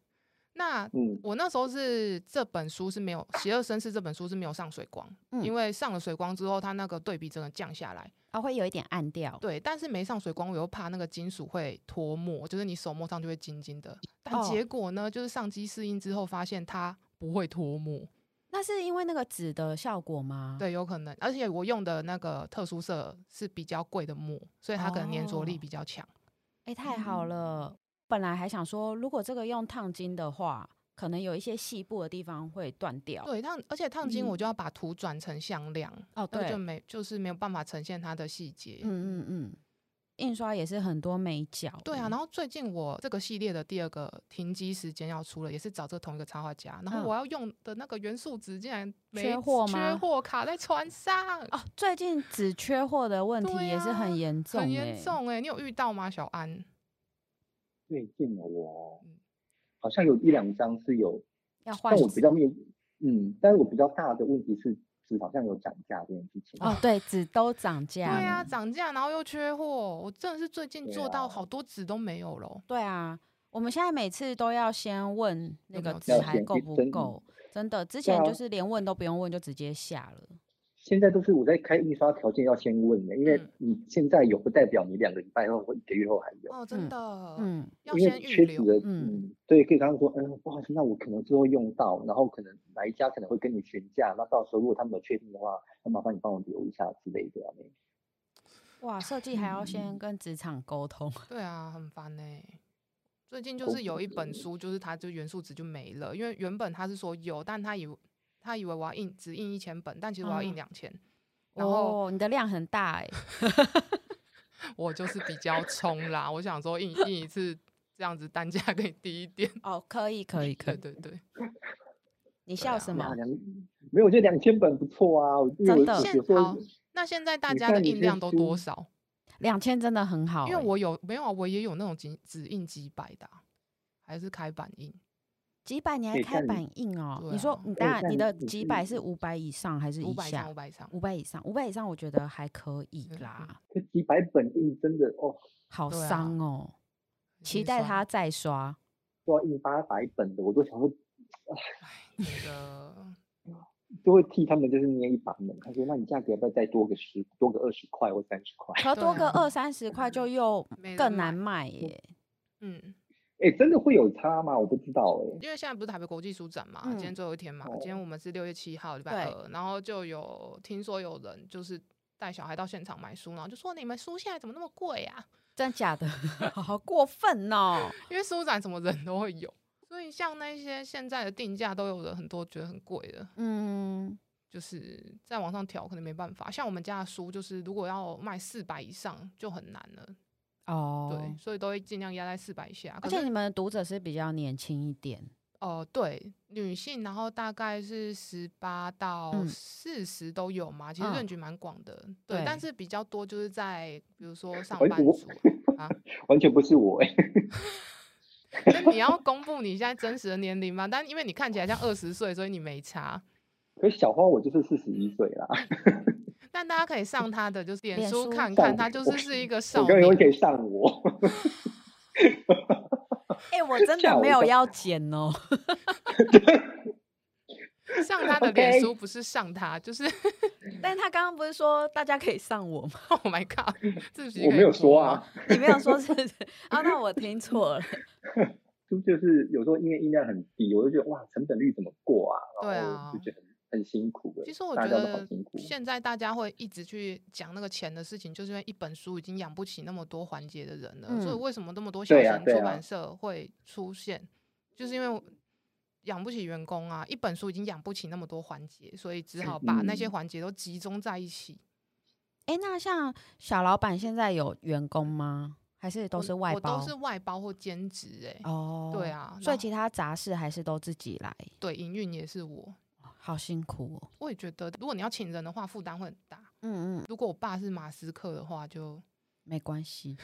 S3: 那
S2: 嗯，
S3: 我那时候是这本书是没有《邪恶绅士》这本书是没有上水光，
S1: 嗯
S3: 因为上了水光之后，它那个对比整个降下来。
S1: 它会有一点暗调，
S3: 对，但是没上水光，我又怕那个金属会脱墨，就是你手摸上就会金金的。但
S1: 哦
S3: 结果呢，就是上机试印之后发现它不会脱墨，
S1: 那是因为那个纸的效果吗？
S3: 对，有可能。而且我用的那个特殊色是比较贵的墨，所以它可能粘着力
S1: 哦
S3: 比较强。
S1: 哎、太
S3: 嗯
S1: 好了！本来还想说，如果这个用烫金的话，可能有一些细部的地方会断掉。
S3: 对，但而且烫金我就要把图转成向量，
S1: 哦，
S3: 那
S1: 嗯对，
S3: 个就
S1: 嗯
S3: 没就是没有办法呈现它的细节。
S1: 嗯嗯，印刷也是很多美角欸。
S3: 对啊，然后最近我这个系列的第二个停机时间要出了，也是找这同一个插画家，然后
S1: 嗯
S3: 我要用的那个元素纸竟然没
S1: 缺货
S3: 缺
S1: 吗
S3: 货卡在船上，
S1: 哦，最近纸缺货的问题
S3: 对
S1: 也是
S3: 啊
S1: 很严重、欸，
S3: 很严。重哎、你有遇到吗，小安？
S2: 最近哦我
S3: 嗯
S2: 好像有一两张是有，
S1: 要换
S2: 但我
S1: 纸
S2: 比较面，嗯，但是我比较大的问题是纸好像有涨价这件事情。
S1: 哦，对，纸都涨
S3: 对
S1: 价了。
S3: 啊，涨价然后又缺货，我真的是最近
S2: 对
S3: 做到
S2: 啊
S3: 好多纸都没有了。
S1: 对啊，我们现在每次都要先问那
S3: 有没
S1: 个
S3: 有
S1: 纸
S3: 纸
S1: 还
S2: 要
S1: 够
S2: 先
S1: 不
S2: 真
S1: 够，真的，之前就
S2: 啊
S1: 是连问都不用问就直接下了。
S2: 现在都是我在开印刷条件要先问的，因为
S3: 嗯
S2: 你现在有不代表你两个礼拜后或一个月后还有，
S3: 哦，
S1: 嗯
S3: 真的，
S1: 嗯，
S3: 要
S2: 因
S3: 先
S2: 为
S3: 预
S2: 缺纸
S3: 留，
S2: 的，
S1: 嗯
S2: 嗯，对，可以刚刚说，嗯，不好意思，那我可能之后用到，然后可能哪一家可能会跟你询价，那到时候如果他们有确定的话，那麻烦你帮我留一下之类的啊。
S3: 嗯
S1: 哇，设计还要先跟职场沟通，
S3: 对啊，很烦呢、最近就
S2: 沟
S3: 是有
S2: 通
S3: 一
S2: 之
S3: 本
S1: 哦
S2: 类
S3: 书，就是它就元素值就没了，因为原本他是说有，但他以为他以为我要印只印一千本，但其实我要印
S1: 嗯
S3: 两千、然后
S1: 哦、你的量很大
S3: 欸
S1: 哎、
S3: 我就是比较冲啦，我想说印印一次这样子单价可以低一点。
S1: 哦，可以可以可以，
S3: 对对对，
S1: 你
S3: 对
S1: 笑
S3: 啊
S1: 什么
S2: 那？两没有，我觉得两千本不错啊，我因为
S1: 真的
S2: 我
S3: 现
S2: 有时
S3: 好
S2: 候
S3: 那现在大
S2: 你
S3: 家
S2: 看
S3: 的
S2: 你
S3: 印
S2: 这
S3: 量都多
S2: 书
S3: 少？
S1: 两千真的很好欸、
S3: 因为我有没有啊？我也有那种只只印几百的啊、还是开版印？
S1: 几百你还
S2: 对
S1: 开
S2: 但
S1: 版印哦、
S3: 对
S1: 你说
S3: 啊
S1: 你
S2: 对
S1: 当然
S2: 但
S1: 你的
S2: 你
S1: 几
S2: 是
S1: 百是五百以上还是
S3: 五
S1: 以
S3: 百
S1: 下
S3: 张，五？百张。
S1: 五百以上，五百以上我觉得还可以
S3: 嗯嗯
S1: 啦，
S2: 这几百本印真的哦，
S1: 好
S3: 对啊
S1: 伤哦、
S3: 已
S1: 期
S3: 经
S1: 待
S3: 算
S1: 它再刷。
S2: 都要印八百本的，我都想说
S3: 哎，这个
S2: 就会替他们就是捏一把冷。他说：“那你价格要不要再多个十、多个二十块或三十块
S1: 可
S3: 对
S1: 多个
S3: 啊
S1: 二三十块就又
S3: 没人
S1: 更
S3: 买
S1: 难卖耶、
S3: 嗯，？”
S2: 哎、真的会有差吗？我不知道哎、
S3: 因为现在不是台北国际书展嘛，今
S1: 嗯
S3: 天最后一天嘛，今天我们是六月七号，礼拜
S1: 对
S3: 二，然后就有听说有人就是带小孩到现场买书，然后就说你们书现在怎么那么贵啊？
S1: 真假的， 好过分哦、
S3: 因为书展什么人都会有，所以像那些现在的定价都有人很多觉得很贵的，
S1: 嗯，
S3: 就是在网上调可能没办法。像我们家的书，就是如果要卖四百以上就很难了，
S1: 哦，
S3: 对，所以都会尽量压在四百以下。可
S1: 而
S3: 是
S1: 且你们的读者是比较年轻一点，
S3: 哦、对，女性，然后大概是十八到
S1: 嗯
S3: 四十都有嘛，其实
S1: 嗯
S3: 论局蛮广的，对，但
S1: 对
S3: 是比较多就是在比如说上
S2: 哎
S3: 班
S2: 我
S3: 族啊，
S2: 完全不是我哎、
S3: 那你要公布你现在真实的年龄吗？但因为你看起来像二十岁，所以你没差。
S2: 可是小花我就是四十一岁啦，
S3: 但大家可以上他的就是脸
S1: 脸
S3: 书
S1: 书
S3: 看
S2: 上
S3: 看，他就是
S2: 我
S3: 是一个 少
S2: 我刚有
S3: 女
S2: 人可以上我，
S1: 哎、我真
S2: 吓
S1: 的
S2: 我
S1: 没
S2: 一
S1: 有
S2: 跳
S1: 要剪哦、
S3: 上他的脸
S2: OK
S3: 书不是上他，就是
S1: 但他刚刚不是说大家可以上我吗？
S3: Oh my God，自己
S2: 我没有说啊，，
S1: 你没有说是啊？那我听错了。
S2: 就就是有时候因为音量很低，我就觉得哇，成本率怎么过啊？
S3: 对
S2: 然
S3: 啊
S2: 后就觉得很很辛苦哎、
S3: 其实我
S2: 大
S3: 觉
S2: 家都好
S3: 得
S2: 辛苦。
S3: 现在大家会一直去讲那个钱的事情，就是因为一本书已经养不起那么多环节的人了，所以
S1: 嗯
S3: 为什么那么多小
S2: 对啊
S3: 型
S2: 对
S3: 出
S2: 啊
S3: 版社会出现，就是因为我养不起员工啊，一本书已经养不起那么多环节，所以只好把那些
S2: 嗯
S3: 环节都集中在一起。
S1: 哎、那像小老板现在有员工吗？还是都
S3: 我
S1: 是外包？
S3: 我都是外包或兼职哎、
S1: 哦，
S3: 对，啊，
S1: 所以
S3: 然
S1: 其
S3: 后
S1: 他杂事还是都自己来，
S3: 对营运也是我，
S1: 好辛苦哦。
S3: 我也觉得如果你要请人的话，负担会很大。
S1: 嗯嗯，
S3: 如果我爸是马斯克的话，就
S1: 没关系，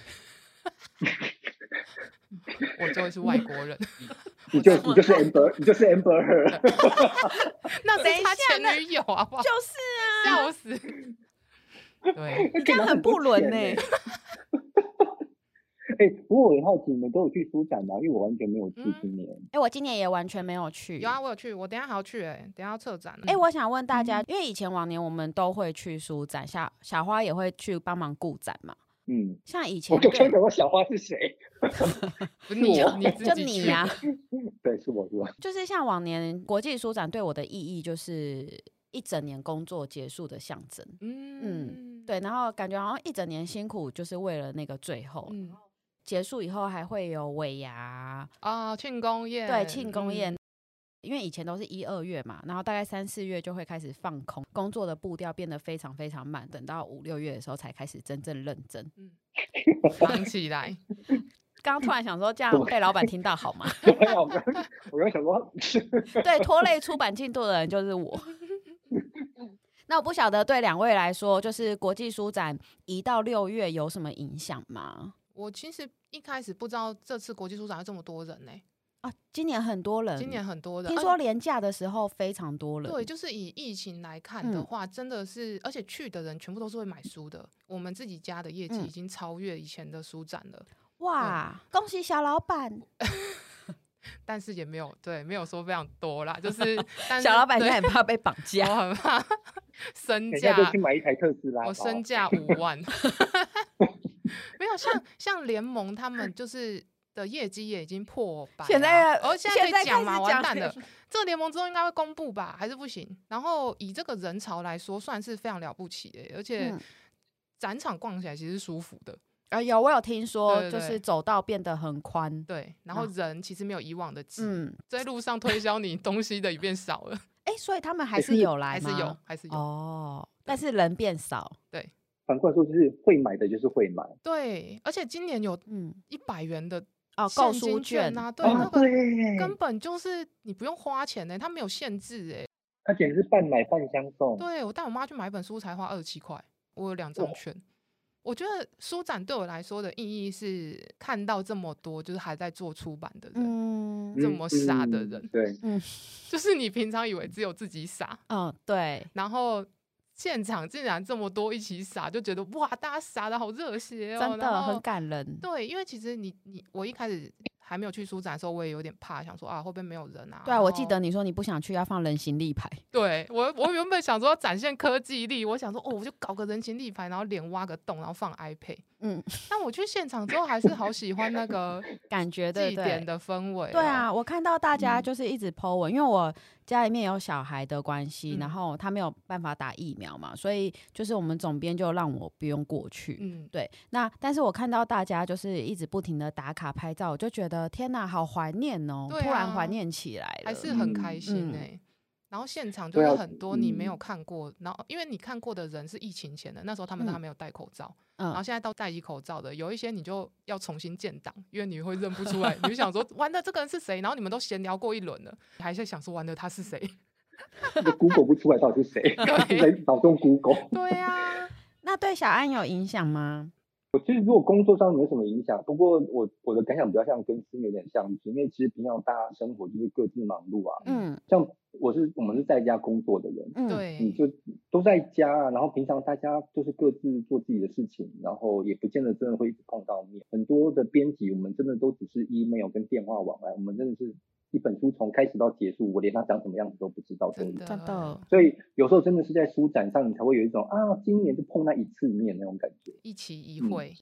S3: 我就会是外国人。
S2: 你就
S1: 怎么
S2: 你就是
S1: 看
S2: amber，你就是 amber Heard
S3: 那啊
S1: 等一
S3: 是他
S1: 下那
S3: 前女友好不好？
S1: 哦就是 啊
S3: 笑死！对，
S1: 你这样
S2: 拿
S1: 很
S2: 很多
S1: 不伦
S2: 钱
S1: 呢、
S2: 欸哎、 不过我很好奇，你们都有去书展吗？因为我完全没有去
S3: 嗯
S2: 今年。
S1: 哎、我今年也完全没有去。
S3: 有啊，我有去，我等一下还要去哎、等一下要策展。
S1: 哎、我想问大家，因为以前往年我们都会去书展，小小花也会去帮忙顾展嘛。
S2: 嗯，
S1: 像以前
S2: 我刚
S1: 对
S2: 刚讲过小花是谁？
S3: 不是你啊
S2: 我
S3: 你自
S1: 就
S3: 己
S1: 你
S3: 去
S1: 呀、
S2: 对，是我是 我。
S1: 就是像往年国际书展对我的意义，就是一整年工作结束的象征。
S3: 嗯，
S1: 对，然后感觉好像一整年辛苦，就是为了那个最后、
S3: 嗯
S1: 结束以后还会有尾牙，
S3: 啊，庆功宴，
S1: 对，庆功宴
S3: 嗯。。
S1: 因为以前都是一二月嘛，然后大概三四月就会开始放空，工作的步调变得非常非常慢，等到五六月的时候才开始真正认真。
S3: 放起来，
S1: 刚刚突然想说，这样
S2: 对
S1: 被老板听到好吗？
S2: 对啊，我刚我刚想说，
S1: 对，拖累出版进度的人就是 我。那我不晓得对两位来说，就是国际书展移到六月有什么影响吗？
S3: 我其实一开始不知道这次国际书展要这么多人呢、
S1: 啊，今年很多人，
S3: 今年很多人，
S1: 听
S3: 而
S1: 说廉价的时候非常多人，
S3: 对，就是以疫情来看的
S1: 嗯
S3: 话，真的是，而且去的人全部都是会买书的。我们自己家的业绩
S1: 嗯
S3: 已经超越以前的书展了，嗯
S1: 哇，恭喜小老板，
S3: 但是也没有对，没有说非常多啦，就是但是
S1: 小老板现
S3: 嗯对
S1: 在 很怕被绑架，
S3: 我很怕，身
S2: 等一
S3: 价
S2: 下就去买一台特斯拉吧。
S3: 我 身价五万，没有像像联盟他们就是的业绩也已经破百啦，
S4: 现在
S3: 哦现
S4: 现
S3: 在可
S4: 在
S3: 以讲
S4: 开
S3: 嘛，
S4: 始
S3: 完
S4: 讲
S3: 蛋
S4: 了
S3: 了，这个联盟之后应该会公布吧，还是不行？然后以这个人潮来说，算是非常了不起的、而且
S1: 嗯
S3: 展场逛起来其实是舒服的，
S1: 啊，有我有听说，
S3: 对对
S1: 就
S3: 对
S1: 是走道变得很宽。
S3: 对，然后人其实没有以往的挤，
S1: 嗯，
S3: 在路上推销你东西的也变少了，
S1: 哎、所以他们还
S2: 可
S1: 是
S2: 是
S1: 有来
S3: 还
S1: 吗？
S3: 是有，还是有，
S1: 哦，但是人变少。
S2: 反过来说，就是会买的就是会买。
S3: 对，而且今年有
S1: 嗯，
S3: 一百元的
S1: 哦，购
S3: 现
S1: 书
S3: 金
S1: 券
S3: 啊，对，那
S2: 哦，
S3: 个
S2: 对，
S3: 根本就是你不用花钱呢、它没有限制哎、
S2: 它简直是半买半相送。
S3: 对我带我妈去买一本书才花二十七块，我有两张
S2: 哇
S3: 券。我觉得书展对我来说的意义是看到这么多就是还在做出版的人，
S1: 嗯
S3: 这么傻的
S2: 嗯
S3: 人
S2: 对，
S3: 就是你平常以为只有自己傻，
S1: 嗯，对，
S3: 然后现场竟然这么多一起傻，就觉得哇，大家傻的好热血哦，
S1: 真的
S3: 然后
S1: 很感人。
S3: 对，因为其实你你我一开始还没有去书展的时候，我也有点怕，想说啊会不会没有人啊？
S1: 对啊，
S3: 然
S1: 我记
S3: 后
S1: 得你说你不想去，要放人形立牌。
S3: 对我，我原本想说要展现科技力，我想说哦，我就搞个人形立牌，然后脸挖个洞，然后放 iPad。
S1: 嗯，
S3: 但我去现场之后，还是好喜欢那个
S1: 感觉 对
S3: 祭
S1: 对
S3: 典的氛围、哦
S1: 对，啊，我看到大家
S2: 嗯
S1: 就是一直 po 文，因为我家里面有小孩的关系，然
S3: 嗯
S1: 后他没有办法打疫苗嘛，所以就是我们总编就让我不用过去。
S3: 嗯，
S1: 对，那但是我看到大家就是一直不停的打卡拍照，我就觉得天哪，好怀念哦，
S3: 对
S1: 突然
S3: 啊
S1: 怀念起来了。
S3: 还是很开
S2: 嗯
S3: 心
S1: 嗯
S3: 哎、然后现场就
S2: 对
S3: 是
S2: 啊
S3: 很多你没有
S2: 嗯
S3: 看过，然后因为你看过的人是疫情前的，那时候他们都
S1: 嗯
S3: 还没有戴口罩，然后
S1: 嗯，
S3: 现在到戴起口罩的，有一些你就要重新建档，因为你会认不出来，你就想 说完了这个人是谁，然后你们都闲聊过一轮了，你还在想说完了他 是谁？
S2: 就 Google 不出来到底 是谁，就在脑中 Google。
S3: 对啊，
S1: 那对小安有影响吗？
S2: 我其实如果工作上没什么影响，不过我我的感想比较像跟思密有点像，因为其实平常大家生活就是各自忙碌啊。
S1: 嗯
S2: 像我是我们是在家工作的人，
S1: 嗯，
S3: 对，
S2: 你就都在家啊，然后平常大家就是各自做自己的事情，然后也不见得真的会一直碰到面。很多的编辑，我们真的都只是 email 跟电话往来，我们真的是一本书从开始到结束，我连它长什么样子都不知道，真
S3: 真
S2: 的。
S3: 的
S1: 真的
S2: 所以有时候真的是在书展上，你才会有一种啊，今年就碰那一次面那种感觉。
S3: 一期一
S2: 嗯
S3: 会，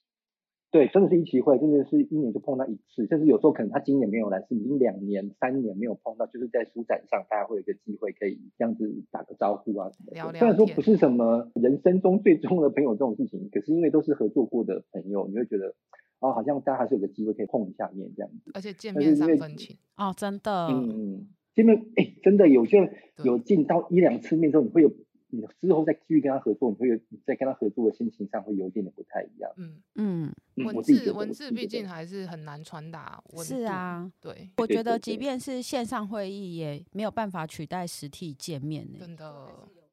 S2: 对，真的是一期会，真的是一年就碰到一次，甚至有时候可能他今年没有来，是已经两年、三年没有碰到，就是在书展上，大家会有一个机会可以这样子打个招呼啊什么的。
S3: 聊聊
S2: 虽然说
S3: 天
S2: 不是什么人生中最重的朋友这种事情，可是因为都是合作过的朋友，你会觉得啊、好像大家还是有个机会可以碰一下面这样子。
S3: 而且见
S2: 但
S3: 面
S2: 是因
S3: 三
S2: 为
S3: 分情，
S1: 哦，真的，
S2: 嗯嗯，因为哎，真的有些人
S3: 对
S2: 有见到一两次面之后，你会有你之后再继续跟他合作，你会有你在跟他合作的心情上会有一点点不太一样。
S3: 嗯，
S1: 嗯，
S2: 嗯
S3: 文
S2: 我自己觉
S3: 字
S2: 得
S3: 文
S2: 我
S3: 字
S2: 自己
S3: 毕
S2: 觉得
S3: 竟还是很难传达温度，
S1: 是，啊，
S3: 对，
S1: 我
S2: 对
S1: 觉
S2: 对
S1: 得即
S2: 对
S1: 便是线上会议，也没有办法取代实体见面呢、
S3: 真的，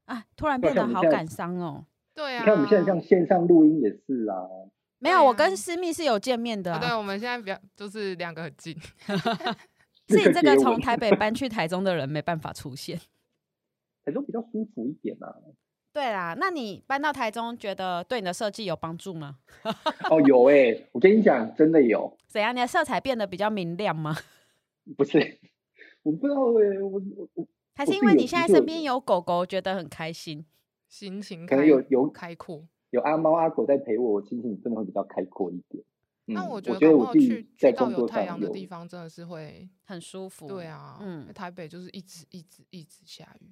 S1: 啊，突然
S2: 对
S1: 变得
S2: 像我
S1: 好
S2: 现在
S1: 感伤哦。
S3: 对啊，
S2: 你看我们现在像线上录音也是啊，
S1: 没
S3: 对
S1: 有，我
S3: 啊
S1: 跟思密是有见面的、
S3: 啊对，
S1: 啊，
S3: 我们现在比较就是两个很近，
S1: 是你
S2: 这
S1: 这
S2: 个
S1: 个
S2: 接
S1: 从
S2: 吻
S1: 台北搬去台中的人没办法出现。
S2: 台中比较舒服一点啊。
S1: 对啦，那你搬到台中，觉得对你的设计有帮助吗？
S2: 哦，有哎、我跟你讲，真的有，
S1: 怎样？你的色彩变得比较明亮吗？
S2: 不是，我不知道哎、我我我
S1: 还
S2: 我
S1: 是因
S2: 是
S1: 为
S2: 有
S1: 你现在
S2: 的确
S1: 身
S2: 有
S1: 边有狗狗，觉得很开心？
S3: 心情
S2: 可
S3: 开
S2: 能有有
S3: 开阔，
S2: 有阿猫阿狗在陪我，我心情真的会比较开阔一点。
S3: 那
S2: 嗯
S3: 我
S2: 我
S3: 觉得
S2: 得
S3: 搞不
S2: 我
S3: 好
S2: 自
S3: 去
S2: 己
S3: 去
S2: 在
S3: 到
S2: 工
S3: 有
S2: 作
S3: 太
S2: 上
S3: 阳的
S2: 有
S3: 地方真的是会，
S1: 很舒服。
S3: 对，啊，
S1: 嗯
S3: 台北就是一直一直一直下雨，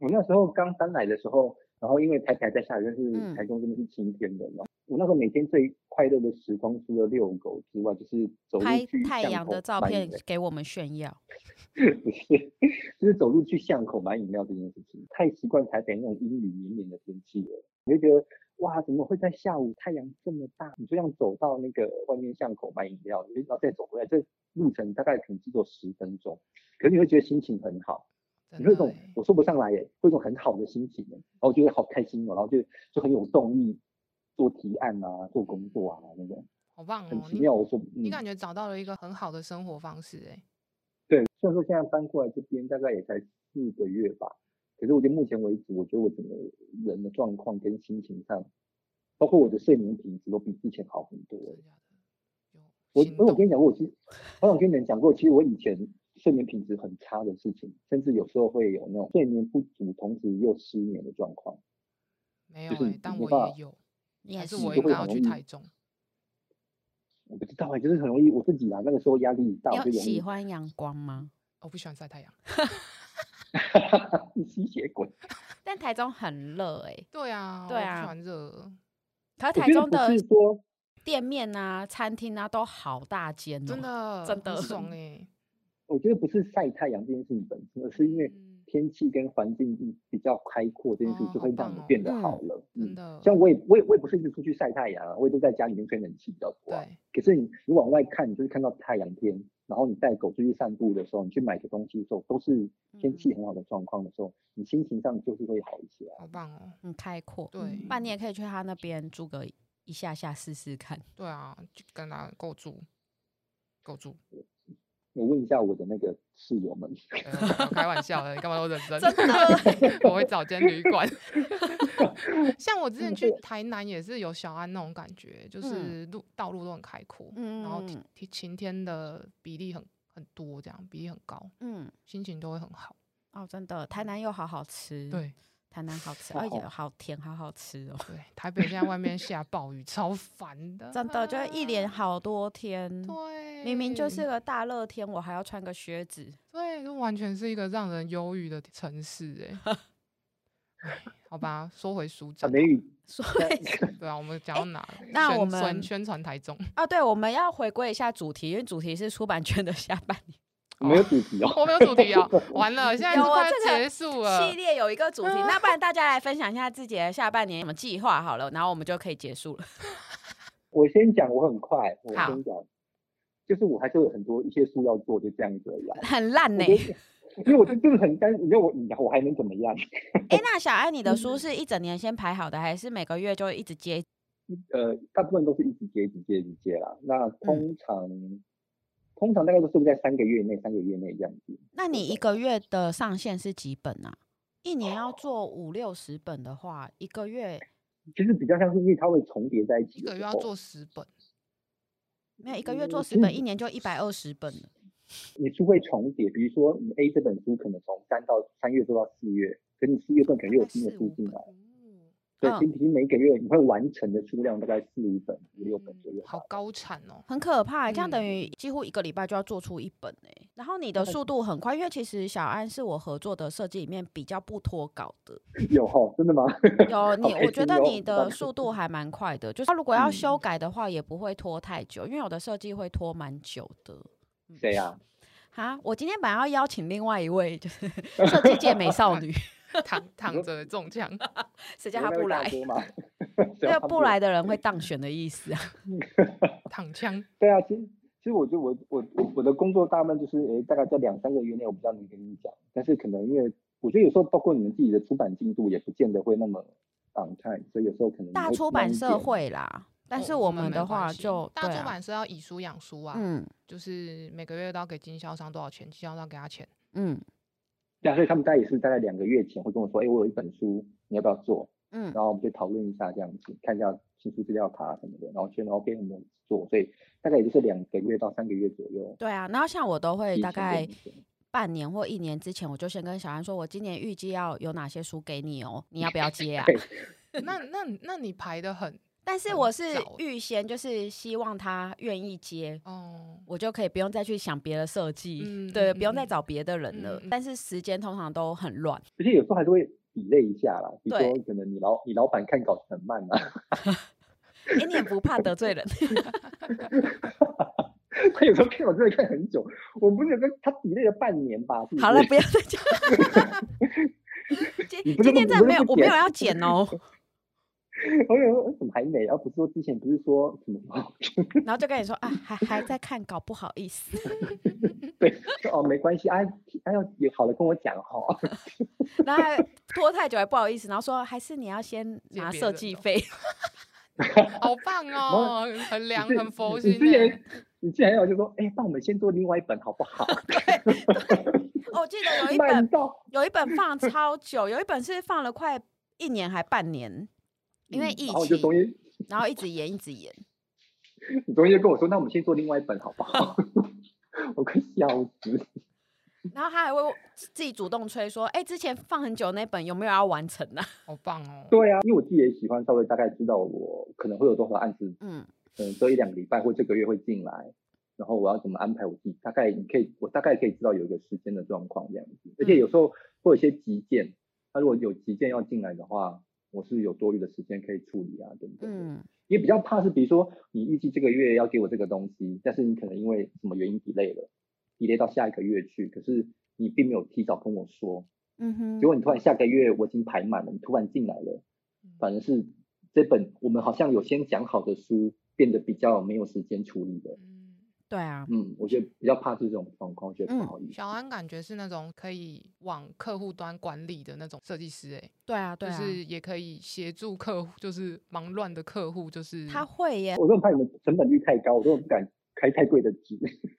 S2: 我那时候刚搬来的时候，然后因为台北还在下雨，但
S1: 嗯
S2: 是台中这边是晴天的嘛。我那时候每天最快乐的时光，除了遛狗之外，就是走路
S1: 拍
S2: 去
S1: 太
S2: 巷
S1: 阳
S2: 口
S1: 的照
S2: 买饮
S1: 片
S2: 料
S1: 给我们炫耀。
S2: 不是， 就是走路去巷口买饮料这件事情，太习惯台北那种阴雨绵绵的天气了，你会觉得哇，怎么会在下午太阳这么大？你就这样走到那个外面巷口买饮料，然后再走回来，这路程大概可能只有十分钟，可是你会觉得心情很好，
S3: 真
S2: 你会有一
S3: 的
S2: 种
S3: 欸
S2: 我说不上来耶，会有一种很好的心情耶，然后觉得好开心哦，然后就就很有动力做提案啊，做工作啊那种，
S3: 好棒
S2: 很
S3: 哦，
S2: 奇
S3: 你
S2: 妙。我说
S3: 你
S2: 嗯
S3: 感觉找到了一个很好的生活方式哎，
S2: 对，虽然说现在搬过来这边大概也才四个月吧，可是我觉得目前为止，我觉得我整个人的状况跟心情上，包括我的睡眠品质都比之前好很多
S3: 真
S2: 了
S3: 的。假的？有
S2: 我
S3: 心
S2: 我有
S3: 动
S2: 跟你讲过，我其实我想跟你们讲过，其实我以前睡眠品质很差的事情，甚至有时候会有那种睡眠不足，同时又失眠的状况。
S3: 没有
S2: 就是
S3: 哎、
S2: 你
S3: 但
S2: 没
S3: 我
S2: 办
S3: 也
S2: 法
S3: 有，
S1: 你
S3: 还
S1: 也
S3: 是
S1: 是
S3: 我
S2: 就
S3: 应
S2: 会
S3: 该
S2: 很
S3: 要去
S2: 容易
S3: 台中。
S2: 我不知道哎、就是很容易我自己啊，那个时候压力大，
S1: 你
S2: 我
S1: 有
S2: 就容
S1: 喜
S2: 易
S1: 欢阳光吗？
S3: 我哦不喜欢晒太阳。
S2: 你 吸血鬼。
S1: 但台中很热哎、
S3: 对啊，
S1: 对
S3: 我不
S1: 啊
S3: 喜 欢热，
S1: 可是
S2: 我
S1: 台
S2: 觉得
S1: 中
S2: 不
S1: 的
S2: 是说，
S1: 店面啊、餐厅啊都好大间哦、
S3: 真的
S1: 真的
S3: 很爽哎、
S2: 我觉得不是晒太阳这件事情本身，而 是因为
S3: 嗯
S2: 天气跟环境嗯比较开阔这件事
S3: 哦，
S2: 就
S3: 好
S2: 会让
S3: 棒
S2: 你
S3: 哦
S2: 变得
S1: 嗯
S2: 好了。
S3: 真的，
S2: 像我也我也我也不是一直出去晒太阳啊，我也都在家里面吹冷气比较多啊、
S3: 对，
S2: 可是你你往外看，你就是看到太阳天，然后你带狗出去散步的时候，你去买个东西的时候，都是天气
S1: 嗯
S2: 很好的状况的时候，你心情上就是会好一些啊。
S3: 好棒哦。
S1: 很开阔。
S3: 对
S1: 不然你也可以去他那边住个一下下试试看。
S3: 对啊，就跟他够住，够住。
S2: 我问一下我的那个室友们，
S3: 呃我开玩笑的，你干嘛都认真？
S1: 真的
S3: 我会找间旅 馆。像我之前
S2: 嗯
S3: 去
S2: 对
S3: 台南也是有小安那种感觉，就是路、道路都很开阔，
S1: 嗯，
S3: 然后
S1: 嗯
S3: 晴晴天的比例很很多，这样比例很高，
S1: 嗯
S3: 心情都会很好。
S1: 哦，真的，台南又好好吃，，
S3: 对
S1: 台南好吃，
S2: 好
S1: 而且
S2: 好
S1: 好甜，好好吃哦。
S3: 对，台北现在外面下暴雨，超烦的，啊
S1: 真的，就是一连。好多天，
S3: 对，
S1: 明明就是个大热天，我还要穿个靴子。
S3: 对，这完全是一个让人忧郁的城市哎、哎好吧，说回书
S2: 啊
S3: 正好
S2: 梅
S3: 了，
S2: 雨
S1: 所
S2: 那
S1: 以
S3: 对啊，我们讲
S1: 哎
S3: 到哪了？
S1: 那
S3: 宣
S1: 我
S3: 宣
S1: 们
S3: 宣传台中，
S1: 啊，对，我们要回归一下主题，因为主题是出版圈的下半年。
S2: 没有主题哦，
S3: 我没有主题啊，完了，现在
S1: 有
S3: 都
S1: 啊
S3: 快
S1: 这个
S3: 结束了。
S1: 系列有一个主题，那不然大家来分享一下自己的下半年有什么计划好了，然后我们就可以结束了。
S2: 我先讲，我很快，我
S1: 好
S2: 先讲，就是我还是有很多一些书要做，就这样子而已啊、
S1: 很烂 呢、
S2: 我觉得因为我真的很担心，你要我你我还能怎么样？
S1: 哎、那小爱，你的书是一整年先排好的，还是每个月就一直接？
S2: 呃，大部分都是一直接、一直接、一直接啦。那
S3: 嗯
S2: 通常、通常大概都是在三个月内、三个月内这样子。
S1: 那你一个月的上限是几本啊？一年要做五六十本的话，一个月
S2: 其实比较像是因为它会重叠在一起
S3: 一
S2: 的时候。
S3: 个月要做十本，
S1: 没有一个月做
S2: 嗯
S1: 十本，
S2: 嗯
S1: 一年就一百二十本了。
S2: 你书会重叠，比如说你 A 这本书可能从三到三月做到四月，可你四月份可能又有啊新的
S3: 四
S2: 书
S3: 五
S2: 进
S3: 本
S2: 来。
S3: 哦
S2: 对，
S1: 嗯
S2: 其实每个月你会完成的数量大概四五本、五六本左
S3: 嗯
S2: 右。
S3: 好高产哦。
S1: 很可怕、欸，这样等
S3: 嗯
S1: 于几乎一个礼拜就要做出一本哎、然后你的速度很快，因为其实小安是我合作的设计里面比较不脱稿的。
S2: 有哈，真的吗？
S3: 嗯
S1: 有你，
S2: 开
S1: 我觉
S2: 心
S1: 得
S2: 哦
S1: 你
S2: 知道
S1: 的
S2: 这
S1: 速
S2: 个
S1: 度还蛮快的，就是他如果要
S2: 嗯
S1: 修改的话，也不会拖太久，因为有的设计会拖蛮久的。
S2: 谁啊？
S1: 哈，我今天本来要邀请另外一位，就是 设计界美少女，
S3: 躺躺着中枪，
S1: 谁叫她不来？
S2: 多吗？谁
S3: 啊
S1: 因为
S2: 要他
S1: 不来的人会当选的意思啊。
S3: 躺枪，
S2: 对啊，其实其实我觉得我我我我的工作大部分就是诶，大概在两三个月内我比较能跟你讲，但是可能因为我觉得有时候包括你们自己的出版进度也不见得会那么挡开，所以有时候可能
S1: 大
S2: 会
S1: 出
S2: 慢
S1: 版
S2: 一
S1: 社
S2: 点
S1: 会啦，但
S3: 哦
S1: 是我
S3: 们
S1: 们
S3: 没
S1: 的
S3: 关
S1: 话
S3: 系
S1: 就
S3: 大
S1: 对
S3: 出
S1: 啊
S3: 版社要以书养书啊，
S1: 嗯
S3: 就是每个月都要给经销商多少钱，经销商给他 钱。
S1: 嗯
S2: 对啊，所以他们大概也是大概两个月前会跟我说，哎，我有一本书，你要不要做？
S1: 嗯，
S2: 然后我们就讨论一下这样子，看一下新书资料卡什么的，然后确认 OK 我们做，所以大概也就是两个月到三个月左右。
S1: 对啊。然后像我都会
S2: 提
S1: 大
S2: 前跟
S1: 概
S2: 你讲
S1: 半年或一年之前，我就先跟小安说，我今年预计要有哪些书给你哦，你要不要接啊？
S2: 对
S3: 那那那你排的很
S1: 但是
S3: 很
S1: 我是
S3: 早
S1: 预先就是希望他愿意接，
S3: 哦，
S1: 我就可以不用再去想别的设计，
S3: 嗯
S1: 对，
S3: 嗯
S1: 不用再
S3: 嗯
S1: 找别的人了。
S3: 嗯嗯
S1: 但是时间通常都很乱，
S2: 而且有时候还是会比类一下啦，比如
S1: 对
S2: 说可能你老你老板看稿很慢啊，
S1: 哎、你也不怕得罪 人？
S2: 他有时候看我真的看很久，我们不是有跟他比类了半年吧？是不
S1: 好了，
S2: 是
S1: 不要再 讲。今
S2: 你不
S1: 今天
S2: 是
S1: 真
S2: 不不
S1: 的
S2: 是
S1: 没有，
S2: 不
S1: 我没有
S2: 剪
S1: 要剪 哦。
S2: 我有说怎么还没？而不是说之前不是说什么？
S1: 然后就跟你说啊，还还在看稿，不好意思。
S2: 对，说哦没关系啊，哎呦有好了跟我讲 哦。
S1: 然后还拖太久也不好意思，然后说还是你要先
S3: 借
S1: 拿
S3: 别
S1: 设
S3: 人
S1: 计
S3: 哦
S1: 费。
S3: 好 棒哦，很
S2: 你
S3: 凉，
S2: 之
S3: 很佛
S2: 你
S3: 心
S2: 之
S3: 欸。
S2: 前你之前还有就说，哎，帮我们先做另外一本好不好？
S1: 哦我记得有一
S2: 慢
S1: 本
S2: 到
S1: 有一本 放超久，有一本是放了快一年还半年，因为
S2: 嗯
S1: 疫
S2: 然后我就
S1: 情
S2: 终于
S1: 然后一直延一直延。
S2: 你终于就跟我说，那我们先做另外一本好不好？我快笑死！
S1: 然后他还会自己主动催说：“哎、之前放很久那本有没有要完成啊
S3: 好棒哦！
S2: 对啊，因为我自己也喜欢稍微大概知道我可能会有多少案子？”，
S1: 嗯，
S2: 可能这一两个礼拜或这个月会进来，然后我要怎么安排我自己，大概你可以，我大概可以知道有一个时间的状况这样子。
S1: 嗯
S2: 而且有时候会有一些急件，那如果有急件要进来的话，我是有多余的时间可以处理啊，等 等的。
S1: 嗯，
S2: 也比较怕是，比如说你预计这个月要给我这个东西，但是你可能因为什么原因 delay 了，delay 到下一个月去，可是你并没有提早跟我说，
S1: 嗯哼
S2: 结果你突然下个月我已经排满了，你突然进来了，
S3: 嗯
S2: 反而是这本我们好像有先讲好的书变得比较没有时间处理的。
S3: 嗯，
S1: 对啊，
S2: 嗯，我觉得比较怕这种状况，我觉得不
S1: 嗯
S2: 好意思。
S3: 小安感觉是那种可以往客户端管理的那种设计师、欸，
S1: 对啊，对
S3: 就
S1: 啊，
S3: 是也可以协助客户，就是忙乱的客户，就是
S1: 他会耶，
S2: 我都很怕你们成本率太高，我都不敢开太贵的纸。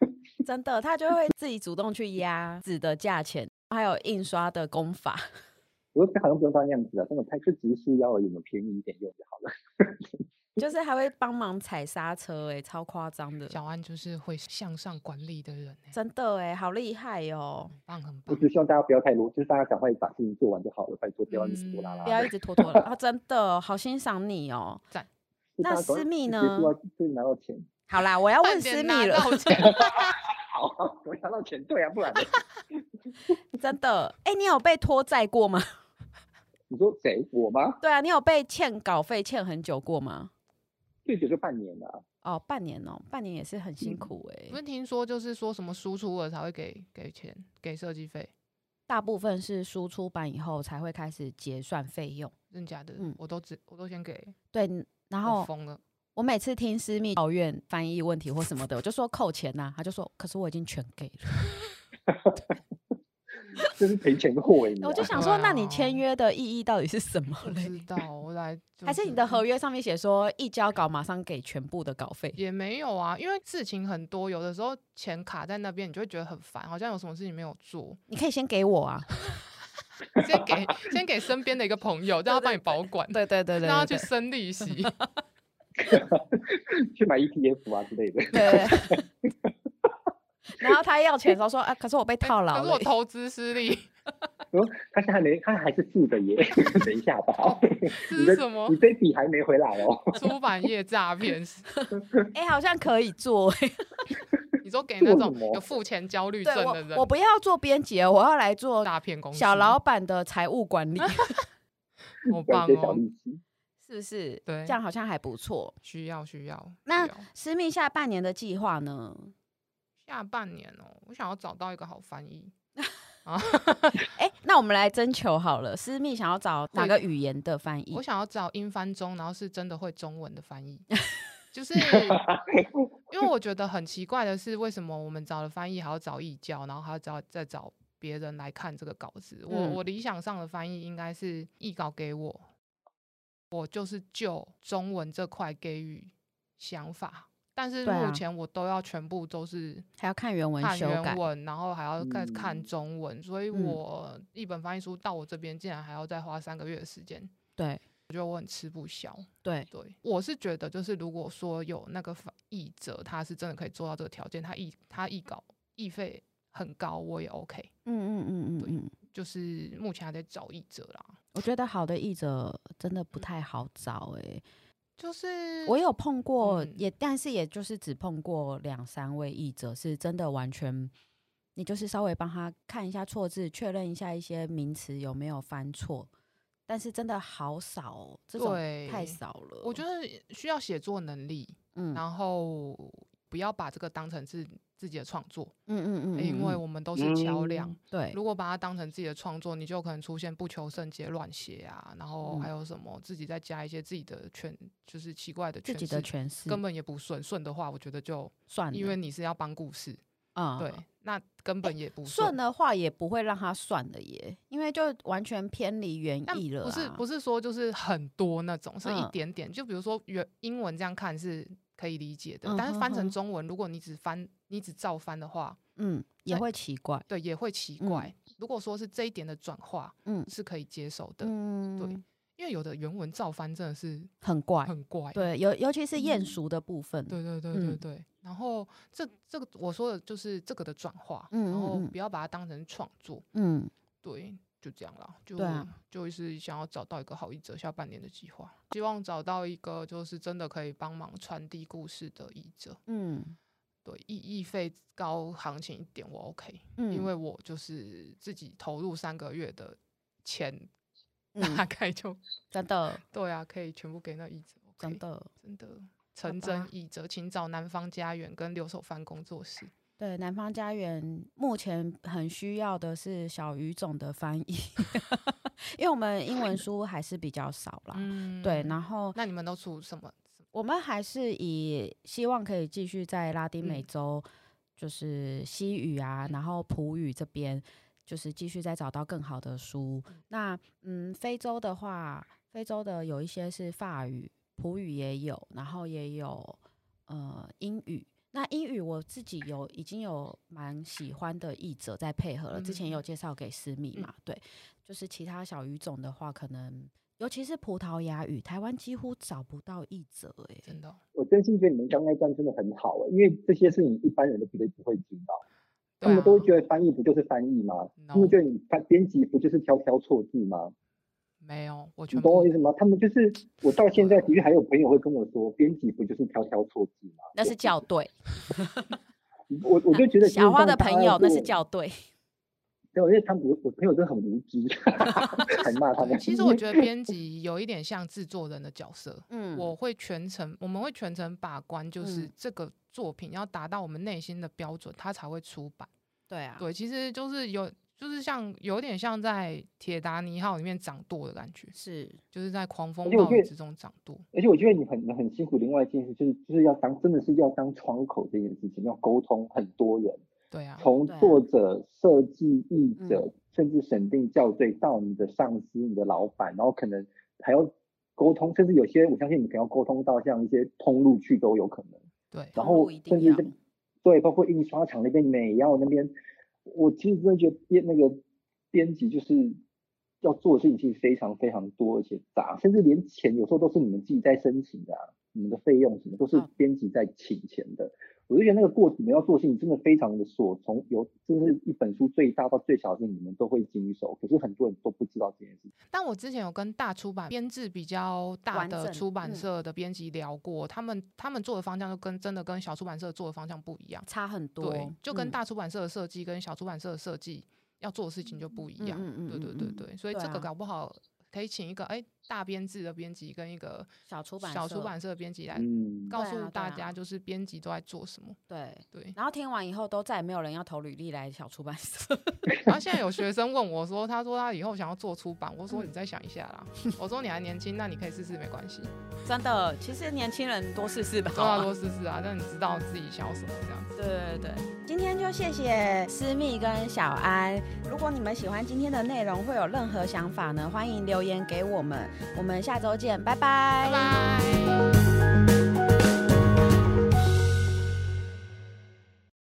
S1: 真的，他就会自己主动去压纸的价钱，还有印刷的工法。
S2: 我说好像不用到那样子啊，真的太就只是束腰而已，我们便宜一点用就好了。
S1: 就是还会帮忙踩刹车、欸，哎，超夸张的，
S3: 小安就是会向上管理的人、欸，
S1: 真的哎、好厉害哦、
S3: 很棒很
S2: 我
S3: 棒。
S2: 只希望大家不要太啰，就是大家赶快把事情做完就好了，拜托不要一直拖拉
S3: 嗯
S2: 拉
S1: 不
S2: 的。
S1: 要一直拖 拖拉啊，真的好欣赏你哦、
S2: 就
S1: 那
S2: 大家赶快
S1: 私密
S2: 结
S1: 呢
S2: 束啊，就拿到钱，
S1: 好啦，我要
S3: 快
S1: 问
S3: 点
S1: 思
S3: 拿
S1: 密了，
S3: 到钱
S2: 好，好 我拿到钱，对啊，不然呢
S1: 真的，哎、你有被拖债过吗？
S2: 你说谁我吗？
S1: 对啊，你有被欠稿费欠很久过吗？
S2: 最久就半年了啊、
S1: 哦，半年哦，半年也是很辛
S2: 嗯
S1: 苦哎、
S3: 不是听说就是说什么输出了才会给给钱给设计费，
S1: 大部分是输出版以后才会开始结算费用，
S3: 真假的？
S1: 嗯
S3: 我都只我都先给，
S1: 对，然
S3: 我
S1: 后
S3: 疯了。
S1: 我每次听思密抱怨翻译问题或什么的，我就说扣钱呐、他就说，可是我已经全给 了。
S2: 就是赔钱货哎、你啊
S1: 我就想
S3: 对
S1: 说，那你
S3: 啊
S1: 签约的意义到底是什么
S3: 我
S1: 嘞？
S3: 知道，我 来就嗯
S1: 还是你的合约上面写说一交稿马上给全部的稿费？
S3: 也没有啊，因为事情很多，有的时候钱卡在那边，你就会觉得很烦，好像有什么事情没有做，
S1: 你可以先给 我啊！
S3: 先给先给身边的一个朋友，让他帮你保管，
S1: 对对 对对，
S3: 让他去
S1: 对
S3: 生 利息。
S2: 去买 ETF 啊之类的。
S1: 对。对 然后他要钱的时候说啊，可是我被套牢
S3: 可是我
S1: 了。
S3: 投资 失利，
S2: 然后他现在还没，他还是负的 耶。等一下
S3: 哦
S2: 吧，
S3: 这
S2: 你
S3: 是
S2: 的
S3: 什么
S2: 你这笔还没回来哦。
S3: 出版业诈骗？
S1: 哎、好像可以做、欸。
S3: 你说给
S2: 这
S3: 那
S2: 我
S3: 种
S2: 怎么
S3: 有付钱焦虑症
S1: 对
S3: 的
S1: 我，我
S3: 人
S1: 不要做编辑了，我要来做
S3: 诈骗公司，
S1: 小老板的财务 管理，
S3: 好
S2: 赚
S3: 棒
S2: 一些小
S3: 哦，
S2: 利息，
S1: 是不是？
S3: 对
S1: 这样好像还不错。
S3: 需要需要。
S1: 那
S3: 需要
S1: 私密下半年的计划呢？
S3: 下半年哦，我想要找到一个好翻译啊，
S1: 哎、那我们来征求好了，私密想要找哪
S3: 会
S1: 个语言的翻译
S3: 我？想要找英翻中，然后是真的会中文的翻译， 就是因为我觉得很奇怪的是，为什么我们找了翻译还要找译教，然后还要找再找别人来看这个稿子？我、
S1: 嗯
S3: 我理想上的翻译应该是译稿给我，我就是就中文这块给予想法，但是
S1: 对啊
S3: 目前我都要全部都是
S1: 还要看原文
S3: 看
S1: 修改
S3: 原。文，然后还要再看
S2: 嗯
S3: 中文，所以
S1: 嗯
S3: 我一本翻译书到我这边竟然还要再花三个月的时间，
S1: 对
S3: 我觉得我很吃不消。
S1: 对，
S3: 对，我是觉得就是如果说有那个翻译者，他是真的可以做到这个条件，他译他译稿译费很高，我也 OK。
S1: 嗯嗯嗯嗯
S3: 对
S1: 嗯，
S3: 就是目前还在找译者啦，
S1: 我觉得好的译者真的不太好找哎、
S3: 就是
S1: 我有碰过，
S3: 嗯
S1: 也但是也就是只碰过两三位译者，是真的完全，你就是稍微帮他看一下错字，确认一下一些名词有没有翻错，但是真的好少、哦，这种太
S3: 对
S1: 少了。
S3: 我觉
S1: 得，
S3: 得需要写作能力，
S1: 嗯嗯
S3: 然后不要把这个当成是自己的创作，
S1: 嗯嗯，
S3: 因为
S1: 嗯
S3: 我们都是桥梁。
S2: 嗯
S1: 对
S3: 如果把它当成自己的创作，你就可能出现不求甚解、乱写啊，然后
S1: 嗯
S3: 还有什么自己再加一些自己的全，就是奇怪的
S1: 自
S3: 诠
S1: 己的
S3: 释，
S1: 诠释
S3: 根本也不顺。顺的话，我觉得就
S1: 算了，
S3: 因为你是要帮故事，
S1: 啊、
S3: 对，那根本也不
S1: 顺。的话也不会让他算了耶，因为就完全偏离原
S3: 但
S1: 意了、啊。
S3: 不是不是说就是很多那种，是一
S1: 嗯
S3: 点点。就比如说原英文这样看是可以理解的，
S1: 嗯
S3: 但是翻
S1: 哼
S3: 成
S1: 哼
S3: 中文，如果你只翻你只照翻的话，
S1: 嗯，也
S3: 那
S1: 会奇怪。
S3: 对也会奇
S1: 嗯
S3: 怪。如果说是这一点的转化
S1: 嗯
S3: 是可以接受的，
S1: 嗯，
S3: 因为为有的原文照翻真的是
S1: 很怪。
S3: 很怪。
S1: 对，尤尤其是艳俗的部分，
S3: 对对对对
S1: 嗯
S3: 对。然后这这个我说的就是这个的转化，
S1: 嗯
S3: 然后
S1: 嗯嗯
S3: 不要把它当成创作，
S1: 嗯，
S3: 对，就这样啦。就、
S1: 对啊
S3: 就是想要找到一个好译者，下半年的计划，希望找到一个就是真的可以帮忙传递故事的译者。
S1: 嗯
S3: 对，意意费高行情一点我 OK，、
S1: 嗯，
S3: 因为我就是自己投入三个月的钱，大
S1: 嗯，
S3: 概就
S1: 真的
S3: 对啊，可以全部给那译者。
S1: 真，的，
S3: 真的，陈
S1: 吧
S3: 真译者，请找南方家园跟留守番工作室。
S1: 对南方家园目前很需要的是小语种的翻译， 因为我们英文书还是比较少啦。
S3: 嗯
S1: 对，然后
S3: 那你们都出什么？
S1: 我们还是以希望可以继续在拉丁美
S3: 嗯
S1: 洲，就是西语啊，
S3: 嗯
S1: 然后葡语这边，就是继续再找到更好的书。那嗯，非洲的话，非洲的有一些是法语、葡语也有，然后也有呃英语。那英语我自己有已经有蛮喜欢的译者在配合了，之前也有介绍给思密
S3: 嗯
S1: 嘛，对，就是其他小语种的话，可能尤其是葡萄牙语，台湾几乎找不到译者欸诶、
S3: 真的哦，
S2: 我真心觉得你们刚刚那段真的很好、欸，因为这些是你一般人都绝对不会知道，他
S3: 对
S2: 们
S3: 啊，
S2: 都会觉得翻译不就是翻译吗？他们
S3: No
S2: 觉得你翻编辑不就是挑挑错字吗？
S3: 没有，我
S2: 你
S3: 全
S2: 懂
S3: 部
S2: 我意思吗？他们就是我到现在的确还有朋友会跟我说，编辑不就是挑挑错字吗？
S1: 那是校对。
S2: 我我就觉得
S1: 小花的
S2: 其实像大家
S1: 朋友那是
S2: 做
S1: 校对，
S2: 对，因为他们我我朋友真的很无知， 还骂他
S3: 对。
S2: 们。
S3: 其实我觉得编辑有一点像制作人的角 色，
S1: 嗯
S3: 我会全程，我们会全程把关，就是
S1: 嗯
S3: 这个作品要达到我们内心的标准，它才会出版。
S1: 对啊，
S3: 对，其实就是有，就是像有点像在《铁达尼号》里面掌舵的感觉，
S1: 是，
S3: 就是在狂风
S2: 而且我
S3: 暴
S2: 觉
S3: 雨
S2: 得
S3: 之中掌舵。
S2: 而且我觉得你很你很辛苦。另外一件事就是就是要当真的是要当窗口这件事情，要沟通很多人，
S3: 对啊，
S2: 从
S1: 对啊嗯
S2: 作者、设计、译者，甚至审定校对到你的上司、你的老板，然后可能还要沟通，甚至有些我相信你可能要沟通到像一些通路去都有可能。
S3: 对，
S2: 然
S1: 通路
S2: 后
S1: 一定
S2: 甚至
S1: 要
S2: 是对，包括印刷厂那边、美药那边，我其实真的觉得编那个编辑就是要做的事情其实非常非常多，而且杂，甚至连钱有时候都是你们自己在申请的、啊，你们的费用什么都是
S1: 嗯
S2: 编辑在请钱的。我就觉得那个过你们要做的事情真的非常的琐，从由就是一本书最大到最小的事情，你们都会经手，可是很多人都不知道这件事情。
S3: 但我之前有跟大出版编制比较大
S1: 完
S3: 的
S1: 整
S3: 出版
S1: 嗯
S3: 社的编辑聊过，他们他们做的方向就跟真的跟小出版社做的方向不一样，
S1: 差很多，
S3: 对，就跟
S1: 嗯
S3: 大出版社的设计跟小出版社的设计要做的事情就不一
S1: 嗯
S3: 样，
S1: 嗯嗯
S3: 对对
S1: 嗯
S3: 对
S1: 嗯
S3: 对，所以
S1: 对
S3: 这个
S1: 啊
S3: 搞不好可以请一个哎、大编制的编辑跟一个
S1: 小出版
S3: 小出
S1: 社
S3: 版社的编辑来
S2: 嗯，
S3: 告
S1: 对啊
S3: 诉
S1: 对
S3: 大
S1: 啊
S3: 家，就是编辑都在做什么，
S1: 对。。
S3: 对
S1: 然后听完以后，都再也没有人要投履历来小出版社。
S3: 然后现在有学生问我说，他说他以后想要做出版，我
S1: 嗯
S3: 说你再想一下啦，我说你还年轻，那你可以试试没关系。
S1: 真的，其实年轻人多试试吧。
S3: 多要多试试啊，让你知道自己想要什么这样子。
S1: 对对对，今天就谢谢思密跟小安。如果你们喜欢今天的内容，会有任何想法呢，欢迎留言给我们。我们下周见，拜拜
S3: 拜拜。